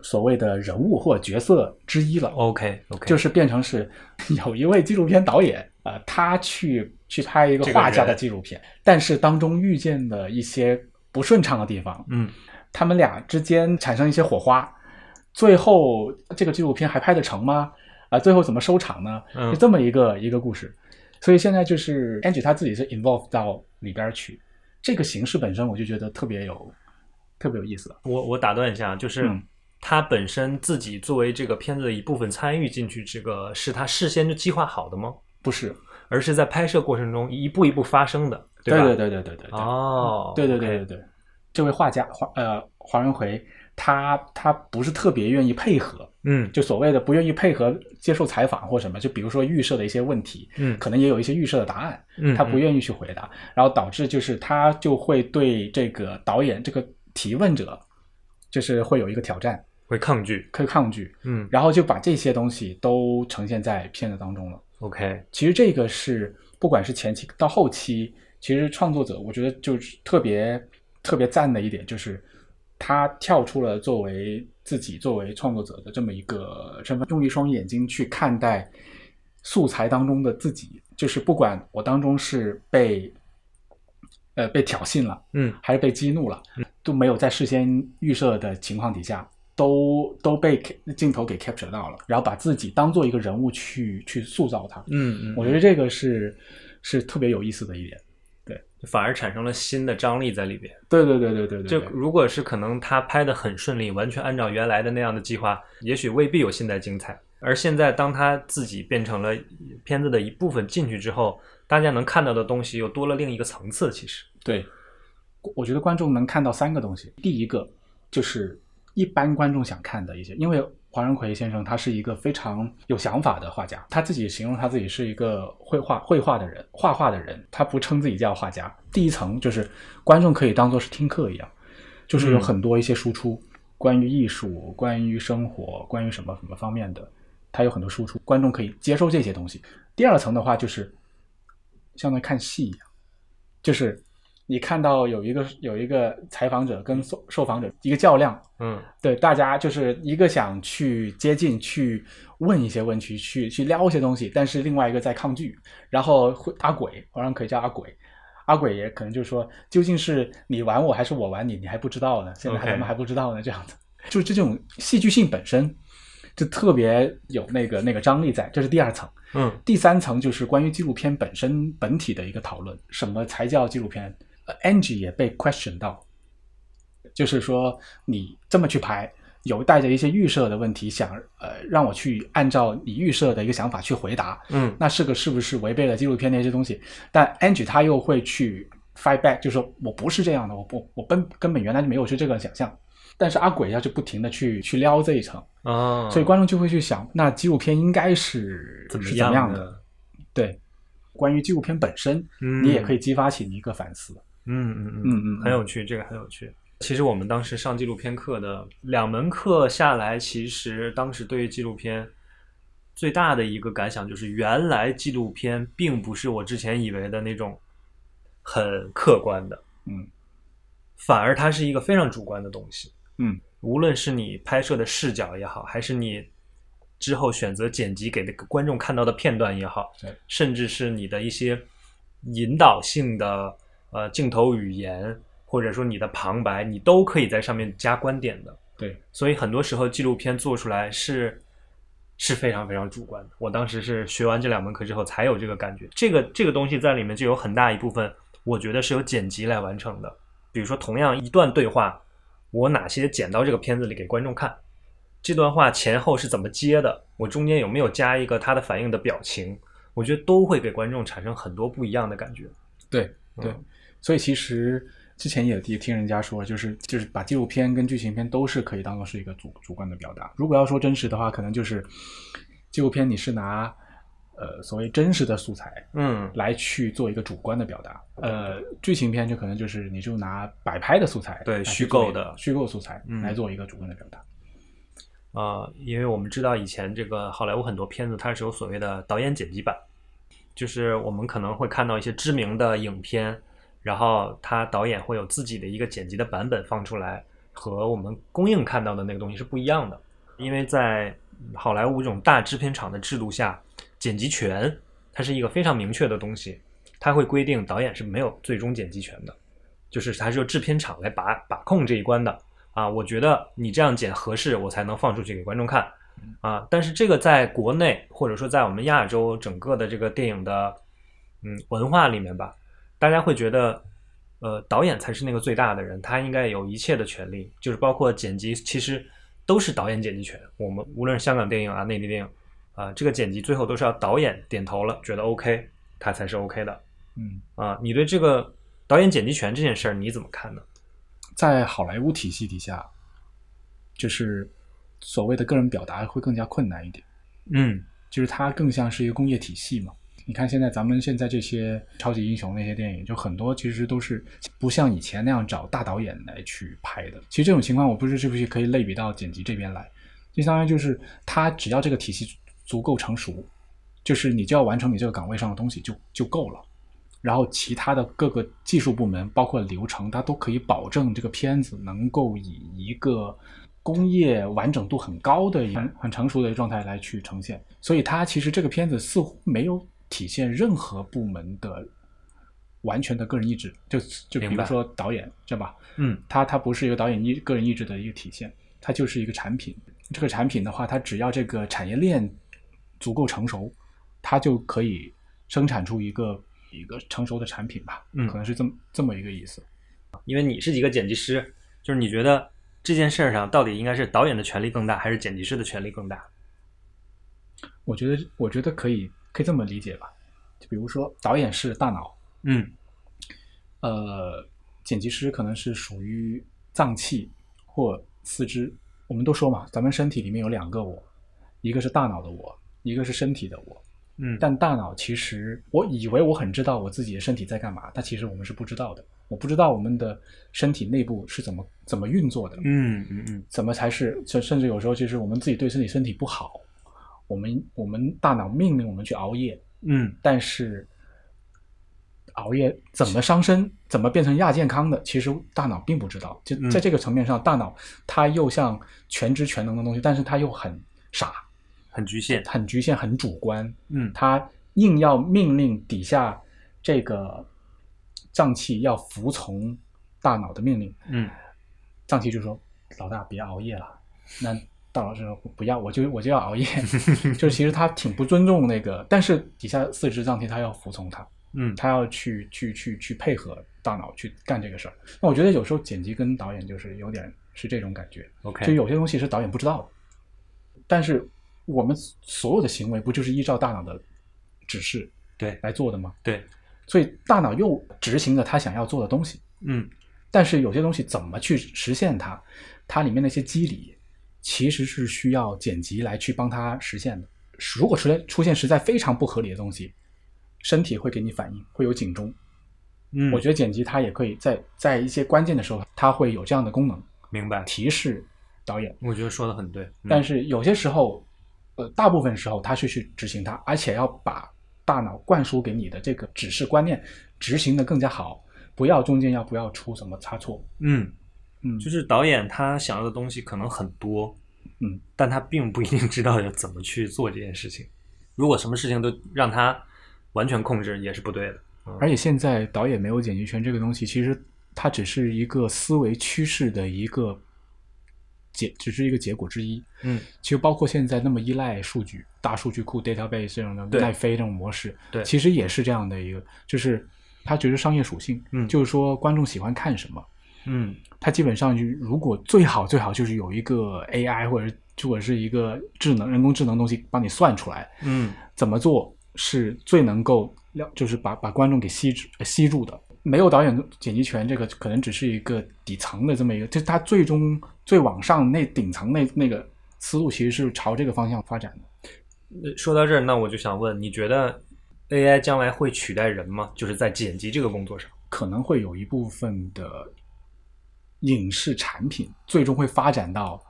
Speaker 2: 所谓的人物或角色之一了。
Speaker 1: ，OK OK，
Speaker 2: 就是变成是 (laughs) 有一位纪录片导演啊、呃他去去拍一个画家的纪录片，但是当中遇见的一些不顺畅的地方，
Speaker 1: 嗯
Speaker 2: 他们俩之间产生一些火花，最后这个纪录片还拍得成吗？啊、最后怎么收场呢？
Speaker 1: 嗯
Speaker 2: 就这么一个一个故事。所以现在就是 Angie 他自己是 involve 到里边儿去，这个形式本身我就觉得特别有特别有意思了。
Speaker 1: 我我打断一下，啊就是
Speaker 2: 嗯
Speaker 1: 他本身自己作为这个片子的一部分参与进去，这个是他事先就计划好的吗？
Speaker 2: 不是，
Speaker 1: 而是在拍摄过程中一步一步发生的，吧？
Speaker 2: 对对对对对对。
Speaker 1: 哦，
Speaker 2: 对对对对
Speaker 1: OK，
Speaker 2: 对，这位画家黄呃黄仁奎，他他不是特别愿意配合，
Speaker 1: 嗯
Speaker 2: 就所谓的不愿意配合接受采访或什么，就比如说预设的一些问题，
Speaker 1: 嗯
Speaker 2: 可能也有一些预设的答案，
Speaker 1: 嗯，
Speaker 2: 他不愿意去回答，然后导致就是他就会对这个导演这个提问者，就是会有一个挑战，
Speaker 1: 嗯会抗拒，
Speaker 2: 可以抗拒，
Speaker 1: 嗯
Speaker 2: 然后就把这些东西都呈现在片子当中了。
Speaker 1: ，OK，
Speaker 2: 其实这个是不管是前期到后期，其实创作者我觉得就是特别特别赞的一点，就是他跳出了作为自己作为创作者的这么一个身份，用一双眼睛去看待素材当中的自己，就是不管我当中是被呃被挑衅了，
Speaker 1: 嗯
Speaker 2: 还是被激怒了，都没有在事先预设的情况底下，都都被 ca- 镜头给 capture 到了，然后把自己当做一个人物去去塑造他。
Speaker 1: 嗯
Speaker 2: 我觉得这个是是特别有意思的一点。嗯
Speaker 1: 反而产生了新的张力在里边。
Speaker 2: 对对对对对
Speaker 1: 就
Speaker 2: 对，
Speaker 1: 如果是可能，他拍的很顺利，完全按照原来的那样的计划，也许未必有现在精彩。而现在，当他自己变成了片子的一部分进去之后，大家能看到的东西又多了另一个层次。其实，
Speaker 2: 对，我觉得观众能看到三个东西。第一个就是一般观众想看的一些，因为黄仁奎先生他是一个非常有想法的画家，他自己形容他自己是一个绘画绘画的人，画画的人，他不称自己叫画家。第一层就是观众可以当做是听课一样，就是有
Speaker 1: 嗯
Speaker 2: 很多一些输出，关于艺术、关于生活、关于什么什么方面的，他有很多输出，观众可以接受这些东西。第二层的话就是像在看戏一样，就是你看到有一个有一个采访者跟受受访者一个较量，
Speaker 1: 嗯
Speaker 2: 对大家就是一个想去接近、去问一些问题、去去撩一些东西，但是另外一个在抗拒，然后会阿鬼，好像可以叫阿鬼。阿鬼也可能就说，究竟是你玩我还是我玩你，你还不知道呢。现在
Speaker 1: OK
Speaker 2: 咱们还不知道呢，这样子，就这种戏剧性本身就特别有那个那个张力在，这是第二层。
Speaker 1: 嗯
Speaker 2: 第三层就是关于纪录片本身本体的一个讨论，什么才叫纪录片？呃，Angie 也被 question 到，就是说你这么去排，有带着一些预设的问题，想呃让我去按照你预设的一个想法去回答，
Speaker 1: 嗯
Speaker 2: 那这个是不是违背了纪录片的一些东西？但 Angie 他又会去 fight back，就是说我不是这样的，我我我根根本原来就没有是这个想象。但是阿鬼要是不停的去去撩这一层，
Speaker 1: 啊，
Speaker 2: 所以观众就会去想，那纪录片应该是
Speaker 1: 怎么
Speaker 2: 是怎么样的？
Speaker 1: 的？
Speaker 2: 对，关于纪录片本身，
Speaker 1: 嗯
Speaker 2: 你也可以激发起你一个反思。
Speaker 1: 嗯嗯嗯
Speaker 2: 嗯嗯
Speaker 1: 很有趣，这个很有趣。其实我们当时上纪录片课的两门课下来，其实当时对于纪录片最大的一个感想就是，原来纪录片并不是我之前以为的那种很客观的，
Speaker 2: 嗯，
Speaker 1: 反而它是一个非常主观的东西。
Speaker 2: 嗯，
Speaker 1: 无论是你拍摄的视角也好，还是你之后选择剪辑给那个观众看到的片段也好
Speaker 2: 对，
Speaker 1: 甚至是你的一些引导性的呃镜头语言，或者说你的旁白，你都可以在上面加观点的。
Speaker 2: 对，
Speaker 1: 所以很多时候纪录片做出来是是非常非常主观的。我当时是学完这两门课之后才有这个感觉，这个这个东西在里面就有很大一部分，我觉得是由剪辑来完成的。比如说，同样一段对话，我哪些剪到这个片子里给观众看，这段话前后是怎么接的，我中间有没有加一个他的反应的表情，我觉得都会给观众产生很多不一样的感觉。
Speaker 2: 对对，所以其实之前也也听人家说，就是就是把纪录片跟剧情片都是可以当做是一个主主观的表达。如果要说真实的话，可能就是纪录片你是拿呃所谓真实的素材
Speaker 1: 嗯
Speaker 2: 来去做一个主观的表达，呃，剧情片就可能就是你就拿摆拍的素材
Speaker 1: 对
Speaker 2: 来去
Speaker 1: 虚构
Speaker 2: 做一
Speaker 1: 的
Speaker 2: 虚构素材
Speaker 1: 嗯
Speaker 2: 来做一个主观的表达。
Speaker 1: 啊、因为我们知道以前这个好莱坞很多片子它是有所谓的导演剪辑版，就是我们可能会看到一些知名的影片，然后它导演会有自己的一个剪辑的版本放出来，和我们公映看到的那个东西是不一样的。因为在好莱坞这种大制片厂的制度下，剪辑权它是一个非常明确的东西，它会规定导演是没有最终剪辑权的，就是它是由制片厂来把把控这一关的。啊，我觉得你这样剪合适，我才能放出去给观众看
Speaker 2: 嗯
Speaker 1: 啊。但是这个在国内或者说在我们亚洲整个的这个电影的嗯文化里面吧，大家会觉得呃导演才是那个最大的人，他应该有一切的权利，就是包括剪辑，其实都是导演剪辑权。我们无论是香港电影啊、内地电影啊，这个剪辑最后都是要导演点头了，觉得 OK，他才是 OK 的
Speaker 2: 嗯，
Speaker 1: 啊。你对这个导演剪辑权这件事儿你怎么看呢？
Speaker 2: 在好莱坞体系底下，就是所谓的个人表达会更加困难一点。
Speaker 1: 嗯
Speaker 2: 就是它更像是一个工业体系嘛。你看现在咱们现在这些超级英雄那些电影，就很多其实都是不像以前那样找大导演来去拍的。其实这种情况，我不知是不是可以类比到剪辑这边来，就相当于就是他只要这个体系足够成熟，就是你就要完成你这个岗位上的东西就就够了。然后其他的各个技术部门，包括流程，它都可以保证这个片子能够以一个工业完整度很高的、很很成熟的一个状态来去呈现。所以它其实这个片子似乎没有体现任何部门的完全的个人意志，就就比
Speaker 1: 明
Speaker 2: 如
Speaker 1: 白
Speaker 2: 说导演，对吧？
Speaker 1: 嗯，
Speaker 2: 它它不是一个导演意个人意志的一个体现，它就是一个产品。这个产品的话，它只要这个产业链足够成熟，它就可以生产出一个一个成熟的产品吧。
Speaker 1: 嗯
Speaker 2: 可能是这么这么一个意思。
Speaker 1: 因为你是一个剪辑师，就是你觉得这件事儿上到底应该是导演的权利更大，还是剪辑师的权利更大？
Speaker 2: 我觉得我觉得可以可以这么理解吧。就比如说导演是大脑，
Speaker 1: 嗯
Speaker 2: 呃，剪辑师可能是属于脏器或四肢。我们都说嘛，咱们身体里面有两个我，一个是大脑的我，一个是身体的我。
Speaker 1: 嗯
Speaker 2: 但大脑其实，我以为我很知道我自己的身体在干嘛，但其实我们是不知道的。我不知道我们的身体内部是怎么怎么运作的，
Speaker 1: 嗯嗯嗯，
Speaker 2: 怎么才是，甚甚至有时候其实我们自己对自己身体不好，我们我们大脑命令我们去熬夜，
Speaker 1: 嗯，
Speaker 2: 但是熬夜怎么伤身，怎么变成亚健康的，其实大脑并不知道。就
Speaker 1: 嗯
Speaker 2: 在这个层面上，大脑它又像全知全能的东西，但是它又很傻、
Speaker 1: 很局限。
Speaker 2: 很局限、很主观，
Speaker 1: 嗯
Speaker 2: 它硬要命令底下这个脏器要服从大脑的命令。
Speaker 1: 嗯
Speaker 2: 脏器就说：“老大，别熬夜了。”那大老师说：“不要，我就我就要熬夜。” (laughs) 就是其实他挺不尊重那个，但是底下四肢脏器他要服从他，
Speaker 1: 嗯
Speaker 2: 他要去去去去配合大脑去干这个事儿。那我觉得有时候剪辑跟导演就是有点是这种感觉，
Speaker 1: OK，
Speaker 2: 就有些东西是导演不知道的，但是我们所有的行为不就是依照大脑的指示
Speaker 1: 对
Speaker 2: 来做的吗？
Speaker 1: 对，
Speaker 2: 所以大脑又执行了他想要做的东西，
Speaker 1: 嗯，
Speaker 2: 但是有些东西怎么去实现它，它里面那些机理其实是需要剪辑来去帮它实现的。如果出现出现实在非常不合理的东西，身体会给你反应，会有警钟。
Speaker 1: 嗯
Speaker 2: 我觉得剪辑它也可以在在一些关键的时候，它会有这样的功能
Speaker 1: 明白，
Speaker 2: 提示导演。
Speaker 1: 我觉得说的很对，嗯
Speaker 2: 但是有些时候，呃，大部分时候他是去执行它，而且要把大脑灌输给你的这个指示观念执行的更加好，不要中间要不要出什么差错。
Speaker 1: 嗯，
Speaker 2: 嗯，
Speaker 1: 就是导演他想要的东西可能很多，
Speaker 2: 嗯，
Speaker 1: 但他并不一定知道要怎么去做这件事情。如果什么事情都让他完全控制，也是不对的。
Speaker 2: 而且现在导演没有剪辑权这个东西，其实它只是一个思维趋势的一个结，只是一个结果之一。
Speaker 1: 嗯，
Speaker 2: 其实包括现在那么依赖数据、大数据库 （database） 这种的
Speaker 1: 对
Speaker 2: 奈飞这种模式，
Speaker 1: 对
Speaker 2: 其实也是这样的一个，就是它只是商业属性，
Speaker 1: 嗯
Speaker 2: 就是说观众喜欢看什么，
Speaker 1: 嗯，
Speaker 2: 它基本上就如果最好最好就是有一个 AI 或者或者是一个智能人工智能东西帮你算出来，
Speaker 1: 嗯，
Speaker 2: 怎么做是最能够了，就是把把观众给吸住呃吸住的。没有导演剪辑权，这个可能只是一个底层的这么一个，就是它最终最往上那顶层那那个思路其实是朝这个方向发展的。
Speaker 1: 呃说到这儿，那我就想问，你觉得 AI 将来会取代人吗？就是在剪辑这个工作上。
Speaker 2: 可能会有一部分的影视产品最终会发展到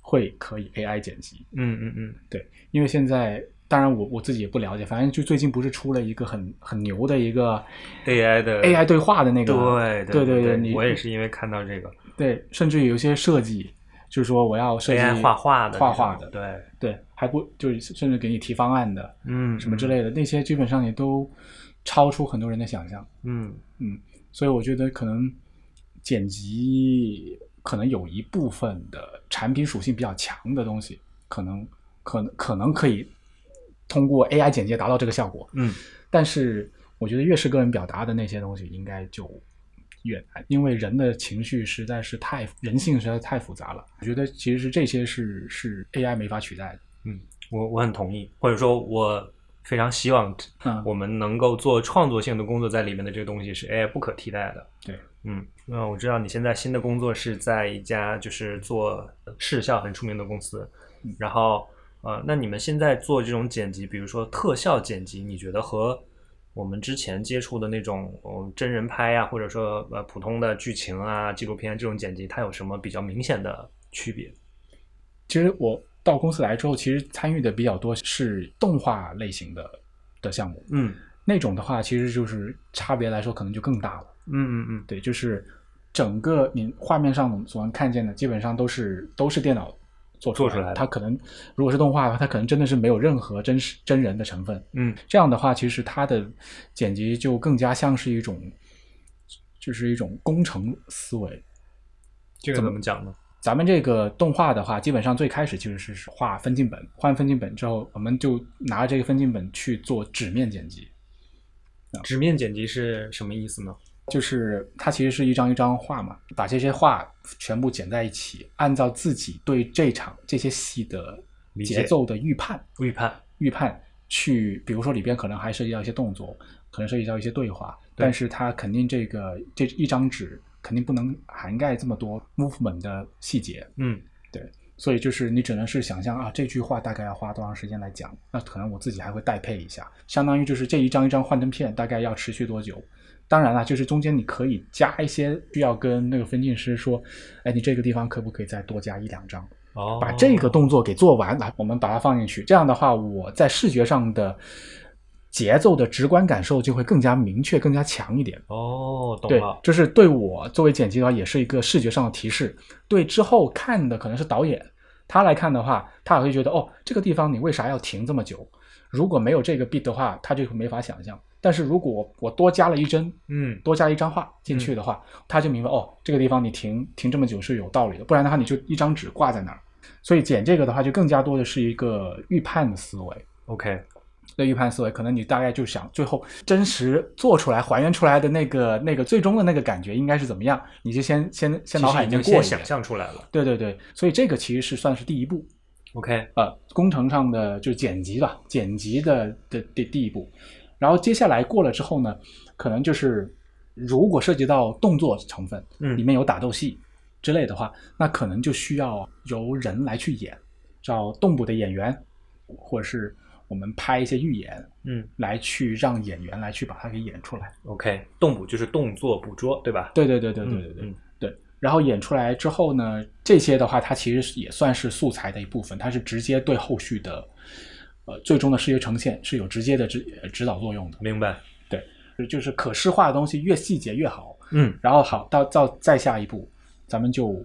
Speaker 2: 会可以 AI 剪辑，
Speaker 1: 嗯嗯嗯，
Speaker 2: 对，因为现在当然我我自己也不了解，反正就最近不是出了一个很很牛的一个
Speaker 1: AI 的
Speaker 2: AI 对话的那个，
Speaker 1: 对
Speaker 2: 对
Speaker 1: 对
Speaker 2: 对你
Speaker 1: 我也是因为看到这个
Speaker 2: 对，甚至有一些设计，就是说我要设计
Speaker 1: AI 画画的
Speaker 2: 画画
Speaker 1: 这种
Speaker 2: 的，
Speaker 1: 对，
Speaker 2: 对，还不就是甚至给你提方案的
Speaker 1: 嗯，
Speaker 2: 什么之类的，那些基本上也都超出很多人的想象，
Speaker 1: 嗯，
Speaker 2: 所以我觉得可能剪辑可能有一部分的产品属性比较强的东西，可能可能可能可以通过 AI 剪辑达到这个效果，
Speaker 1: 嗯嗯
Speaker 2: 但是我觉得越是个人表达的那些东西，应该就越难，因为人的情绪实在是太人性实在太复杂了。我觉得其实这些是是 AI 没法取代的。
Speaker 1: 我我很同意，或者说我非常希望
Speaker 2: 嗯，
Speaker 1: 我们能够做创作性的工作在里面的这个东西是 AI 不可替代的。
Speaker 2: 对，
Speaker 1: 嗯，那我知道你现在新的工作是在一家就是做视效很出名的公司，然后呃，那你们现在做这种剪辑，比如说特效剪辑，你觉得和我们之前接触的那种、呃真人拍啊，或者说呃普通的剧情啊、纪录片这种剪辑，它有什么比较明显的区别？
Speaker 2: 其实我到公司来之后，其实参与的比较多是动画类型的的项目，
Speaker 1: 嗯
Speaker 2: 那种的话，其实就是差别来说可能就更大了。
Speaker 1: 嗯嗯嗯，
Speaker 2: 对，就是整个你画面上所能看见的，基本上都是都是电脑做出
Speaker 1: 做
Speaker 2: 来
Speaker 1: 出
Speaker 2: 的
Speaker 1: 来的
Speaker 2: 它可能如果是动画的话，它可能真的是没有任何真实真人的成分。
Speaker 1: 嗯，
Speaker 2: 这样的话，其实它的剪辑就更加像是一种，就是一种工程思维。
Speaker 1: 这个怎么讲呢？
Speaker 2: 咱们这个动画的话，基本上最开始其实是画分镜本，画完分镜本之后，我们就拿这个分镜本去做纸面剪辑。
Speaker 1: 直面剪辑是什么意思呢？
Speaker 2: 就是它其实是一张一张画嘛，把这些画全部剪在一起，按照自己对这场这些戏的
Speaker 1: 理解
Speaker 2: 节奏的预判
Speaker 1: 预判。
Speaker 2: 预判去，比如说里边可能还涉及到一些动作，可能涉及到一些对话，
Speaker 1: 对
Speaker 2: 但是它肯定这个这一张纸肯定不能涵盖这么多 movement 的细节，
Speaker 1: 嗯
Speaker 2: 所以就是你只能是想象啊，这句话大概要花多长时间来讲，那可能我自己还会代配一下，相当于就是这一张一张幻灯片大概要持续多久。当然了，就是中间你可以加一些，需要跟那个分镜师说，哎，你这个地方可不可以再多加一两张，
Speaker 1: 哦
Speaker 2: 把这个动作给做完，来，我们把它放进去。这样的话，我在视觉上的节奏的直观感受就会更加明确、更加强一点。
Speaker 1: 哦，懂
Speaker 2: 对
Speaker 1: 了，。
Speaker 2: 就是对我作为剪辑的话，也是一个视觉上的提示。对之后看的可能是导演，他来看的话，他也会觉得哦，这个地方你为啥要停这么久？如果没有这个 beat 的话，他就没法想象。但是如果我我多加了一帧，
Speaker 1: 嗯
Speaker 2: 多加一张画进去的话，他就明白哦，这个地方你停停这么久是有道理的，不然的话你就一张纸挂在那儿。所以剪这个的话，就更加多的是一个预判的思维。
Speaker 1: ，OK，
Speaker 2: 的预判思维，可能你大概就想最后真实做出来、还原出来的那个那个最终的那个感觉应该是怎么样，你就先先先脑海
Speaker 1: 已
Speaker 2: 里
Speaker 1: 经
Speaker 2: 面过
Speaker 1: 先
Speaker 2: 一
Speaker 1: 想。
Speaker 2: 遍
Speaker 1: 象出来了。
Speaker 2: 对对对，所以这个其实是算是第一步，
Speaker 1: OK，
Speaker 2: 呃，工程上的就是剪辑吧，剪辑的的的第一步。然后接下来过了之后呢，可能就是如果涉及到动作成分，
Speaker 1: 嗯
Speaker 2: 里面有打斗戏之类的话，那可能就需要由人来去演，找动捕的演员，或者是我们拍一些预演，
Speaker 1: 嗯
Speaker 2: 来去让演员来去把它给演出来。
Speaker 1: ，OK，动捕就是动作捕捉，对吧？
Speaker 2: 对对对对对对对、
Speaker 1: 嗯嗯
Speaker 2: 对。然后演出来之后呢，这些的话，它其实也算是素材的一部分，它是直接对后续的，呃，最终的视觉呈现是有直接的指呃指导作用的。
Speaker 1: 明白。
Speaker 2: 就是可视化的东西越细节越好。
Speaker 1: 嗯
Speaker 2: 然后好，到到再下一步，咱们就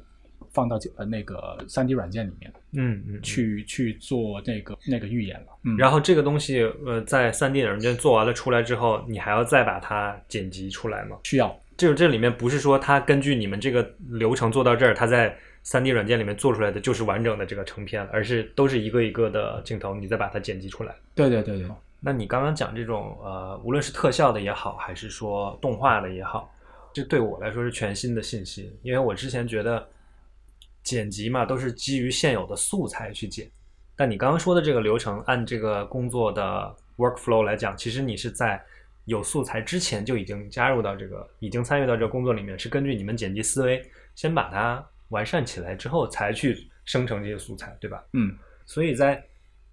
Speaker 2: 放到呃那个3 D 软件里面
Speaker 1: 嗯嗯，
Speaker 2: 去、去做那个那个预演了。嗯，
Speaker 1: 然后这个东西，呃，在3 D 软件做完了出来之后，你还要再把它剪辑出来吗？
Speaker 2: 需要
Speaker 1: 就是这里面不是说它根据你们这个流程做到这儿，它在3 D 软件里面做出来的就是完整的这个成片了，而是都是一个一个的镜头，你再把它剪辑出来。
Speaker 2: 对对对对，
Speaker 1: 那你刚刚讲这种呃，无论是特效的也好，还是说动画的也好，这对我来说是全新的信息，因为我之前觉得剪辑嘛都是基于现有的素材去剪，但你刚刚说的这个流程，按这个工作的 workflow 来讲，其实你是在有素材之前就已经加入到这个，已经参与到这个工作里面，是根据你们剪辑思维先把它完善起来之后，才去生成这些素材，对吧？
Speaker 2: 嗯，
Speaker 1: 所以在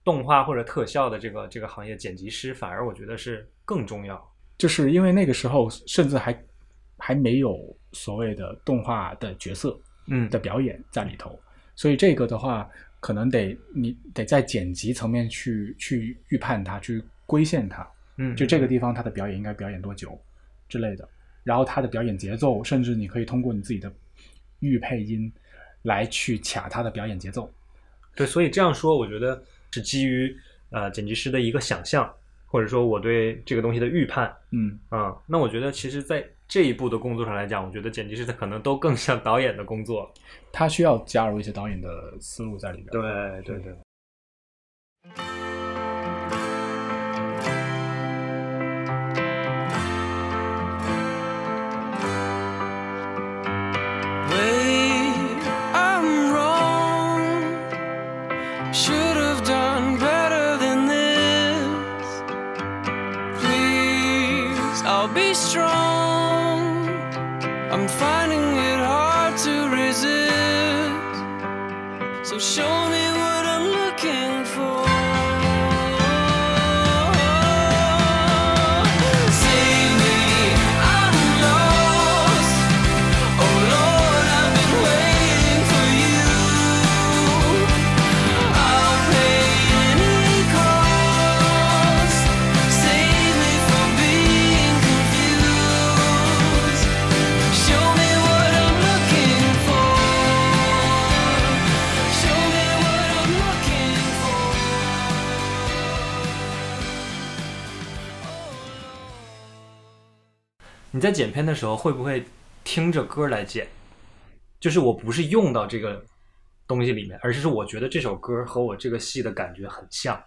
Speaker 1: 动画或者特效的这个这个行业，剪辑师反而我觉得是更重要。
Speaker 2: 就是因为那个时候甚至还还没有所谓的动画的角色
Speaker 1: 嗯
Speaker 2: 的表演在里头，所以这个的话，可能得你得在剪辑层面去去预判它，去规限它，
Speaker 1: 嗯，
Speaker 2: 就这个地方它的表演应该表演多久之类的，然后它的表演节奏，甚至你可以通过你自己的预配音来去卡它的表演节奏。
Speaker 1: 对，所以这样说，我觉得是基于呃剪辑师的一个想象，或者说我对这个东西的预判
Speaker 2: 嗯，
Speaker 1: 啊、那我觉得其实在这一步的工作上来讲，我觉得剪辑师他可能都更像导演的工作。
Speaker 2: 它需要加入一些导演的思路在里边。
Speaker 1: 对对对。
Speaker 4: Wait, I'm wrong. Should have done better than this. Please, I'll be strong. I'm finding it hard to resist. So show me what I'm looking for. Save me, I'm lost. Oh Lord, I've been waiting for you. I'll pay any cost. Save me from being confused. Show me what I'm looking for. Show me what I'm looking for.
Speaker 1: 你在剪片的时候会不会听着歌来剪？就是我不是用到这个东西里面，而是说我觉得这首歌和我这个戏的感觉很像，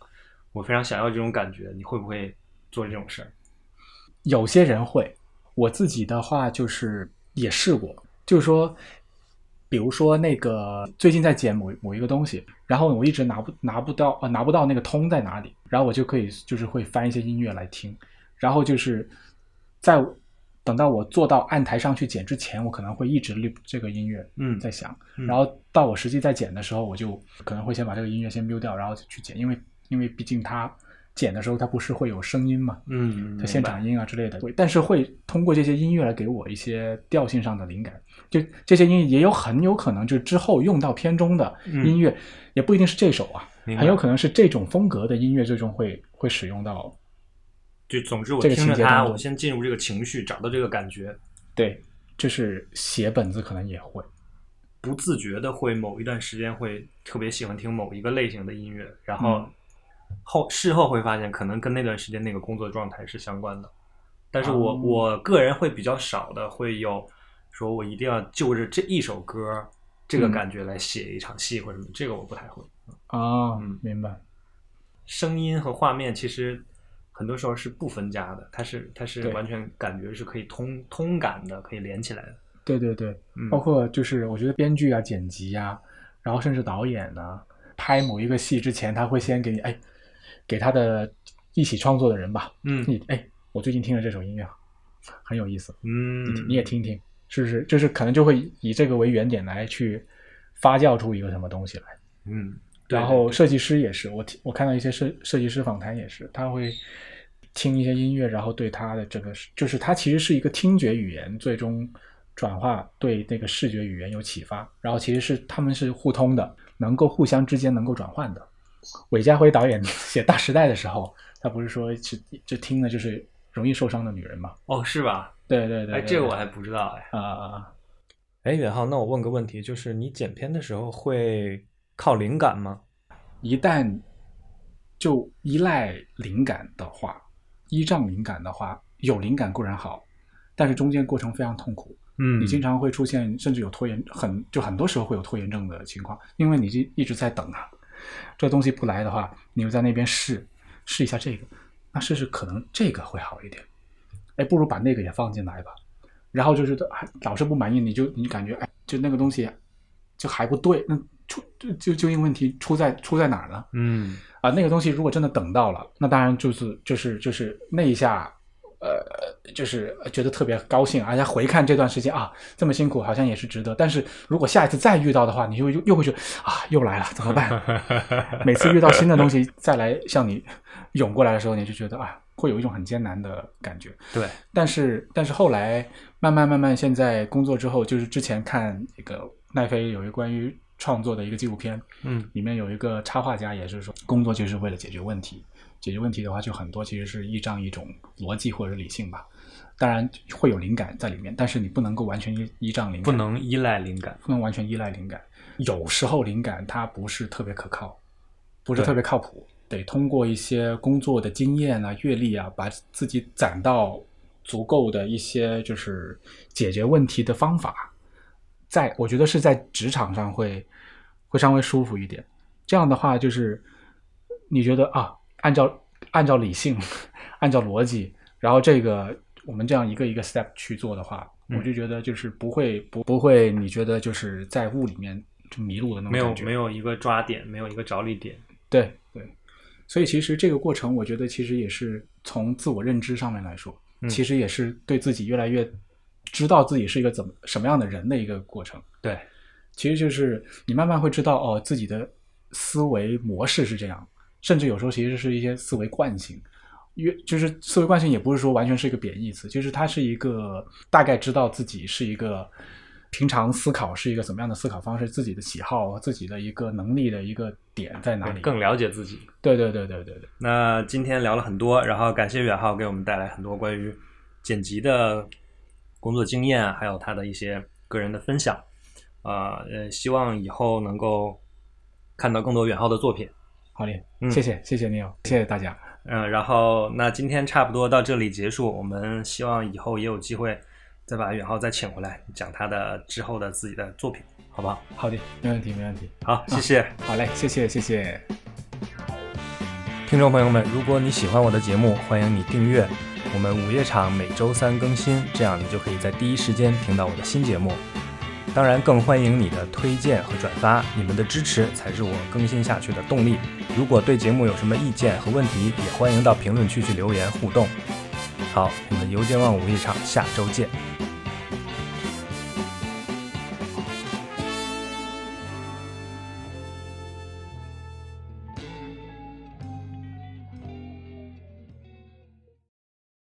Speaker 1: 我非常想要这种感觉。你会不会做这种事儿？
Speaker 2: 有些人会，我自己的话就是也试过，就是说，比如说那个最近在剪某某一个东西，然后我一直拿不拿不到呃拿不到那个通在哪里，然后我就可以就是会翻一些音乐来听，然后就是在等到我坐到案台上去剪之前，我可能会一直 loop 这个音乐
Speaker 1: 嗯
Speaker 2: 在想，
Speaker 1: 嗯
Speaker 2: 然后到我实际在剪的时候，我就可能会先把这个音乐先 mute 掉，然后去剪，因为因为毕竟它剪的时候它不是会有声音嘛，
Speaker 1: 嗯
Speaker 2: 它现场音啊之类的，会，但是会通过这些音乐来给我一些调性上的灵感。就这些音乐也有很有可能就是之后用到片中的音乐，也不一定是这首啊，
Speaker 1: 明白
Speaker 2: 嗯很有可能是这种风格的音乐最终会会使用到。
Speaker 1: 就总之我
Speaker 2: 这个
Speaker 1: 听着
Speaker 2: 情节当
Speaker 1: 它，
Speaker 2: 中
Speaker 1: 我先进入这个情绪，找到这个感觉，
Speaker 2: 对，就是写本子可能也会。
Speaker 1: 不自觉的会某一段时间会特别喜欢听某一个类型的音乐，然
Speaker 2: 嗯
Speaker 1: 后后、事后会发现，可能跟那段时间那个工作状态是相关的。但是我、
Speaker 2: 哦
Speaker 1: 我个人会比较少的会有，说我一定要就着这一首歌这个
Speaker 2: 嗯
Speaker 1: 感觉来写一场戏或者什么，这个我不太会。
Speaker 2: 哦，
Speaker 1: 嗯
Speaker 2: 明白。
Speaker 1: 声音和画面其实很多时候是不分家的，它是它是
Speaker 2: 对
Speaker 1: 完全感觉是可以通通感的，可以连起来的。
Speaker 2: 对对对，
Speaker 1: 嗯，
Speaker 2: 包括就是我觉得编剧啊、剪辑啊，然后甚至导演呢、啊拍某一个戏之前，他会先给你哎，给他的一起创作的人吧，
Speaker 1: 嗯
Speaker 2: 你哎，我最近听了这首音乐，很有意思，你
Speaker 1: 嗯，
Speaker 2: 你也听听，是不是？就是可能就会以这个为原点来去发酵出一个什么东西来。
Speaker 1: 嗯，对
Speaker 2: 然后设计师也是，我听我看到一些设设计师访谈也是，他会听一些音乐，然后对他的这个就是他其实是一个听觉语言，最终转化对那个视觉语言有启发，然后其实是他们是互通的，能够互相之间能够转换的。韦家辉导演写《大时代》的时候，他不是说是就听的就是容易受伤的女人嘛？
Speaker 1: 哦是吧？
Speaker 2: 对对对，
Speaker 1: 哎，这个我还不知道哎。
Speaker 2: 啊啊啊！
Speaker 3: 哎，远浩，那我问个问题，就是你剪片的时候会靠灵感吗？
Speaker 2: 一旦就依赖灵感的话，依仗灵感的话，有灵感固然好，但是中间过程非常痛苦，
Speaker 1: 嗯
Speaker 2: 你经常会出现甚至有拖延，很就很多时候会有拖延症的情况，因为你就一直在等啊，这东西不来的话，你又在那边试试一下这个，那试试可能这个会好一点，哎，不如把那个也放进来吧，然后就是还老是不满意，你就你感觉哎，就那个东西就还不对，那出就就究竟问题出在出在哪儿呢？
Speaker 3: (laughs)
Speaker 1: 嗯
Speaker 2: 啊，那个东西如果真的等到了，那当然就是就是就是那一下，呃，就是觉得特别高兴，而且回看这段时间啊，这么辛苦，好像也是值得。但是如果下一次再遇到的话，你又又又会觉得啊，又来了，怎么办？ (laughs) 每次遇到新的 (laughs) 东西再来向你涌过来的时候，你就觉得啊，会有一种很艰难的感觉。
Speaker 1: 对，
Speaker 2: 但是但是后来慢慢慢慢，现在工作之后，就是之前看一个奈飞有一个关于创作的一个纪录片，
Speaker 1: 嗯
Speaker 2: 里面有一个插画家，也是说工作就是为了解决问题，解决问题的话就很多其实是依仗一种逻辑或者理性吧，当然会有灵感在里面，但是你不能够完全依依仗灵感，
Speaker 1: 不能依赖灵感。
Speaker 2: 不能完全依赖灵感，有时候灵感它不是特别可靠，不是
Speaker 1: 对
Speaker 2: 特别靠谱，得通过一些工作的经验啊、阅历啊，把自己攒到足够的一些就是解决问题的方法，在我觉得是在职场上会会稍微舒服一点。这样的话，就是你觉得啊，按照按照理性， (laughs) 按照逻辑，然后这个我们这样一个一个 step 去做的话，
Speaker 1: 嗯
Speaker 2: 我就觉得就是不会不不会，你觉得就是在雾里面就迷路的那
Speaker 1: 没
Speaker 2: 种
Speaker 1: 有
Speaker 2: 感觉，
Speaker 1: 没有一个抓点，没有一个着力点。
Speaker 2: 对对，所以其实这个过程，我觉得其实也是从自我认知上面来说，
Speaker 1: 嗯
Speaker 2: 其实也是对自己越来越知道自己是一个怎么什么样的人的一个过程。
Speaker 1: 对，
Speaker 2: 其实就是你慢慢会知道哦，自己的思维模式是这样，甚至有时候其实是一些思维惯性。越就是思维惯性也不是说完全是一个贬义词，就是它是一个大概知道自己是一个平常思考是一个怎么样的思考方式，自己的喜好、自己的一个能力的一个点在哪里。
Speaker 1: 更了解自己。
Speaker 2: 对对对对对对，
Speaker 1: 那今天聊了很多，然后感谢远浩给我们带来很多关于剪辑的工作经验，还有他的一些个人的分享。啊，呃，希望以后能够看到更多远浩的作品。
Speaker 2: 好嘞，
Speaker 1: 嗯
Speaker 2: 谢谢谢谢你哦，谢谢大家，
Speaker 1: 嗯，然后那今天差不多到这里结束，我们希望以后也有机会再把远浩再请回来，讲他的之后的自己的作品，好不好？
Speaker 2: 好的，没问题没问题，
Speaker 1: 好，谢谢。
Speaker 2: 好嘞，谢谢谢谢。
Speaker 3: 听众朋友们，如果你喜欢我的节目，欢迎你订阅。我们午夜场每周三更新，这样你就可以在第一时间听到我的新节目。当然，更欢迎你的推荐和转发，你们的支持才是我更新下去的动力。如果对节目有什么意见和问题，也欢迎到评论区去留言互动。好，我们邮件望午夜场下周见。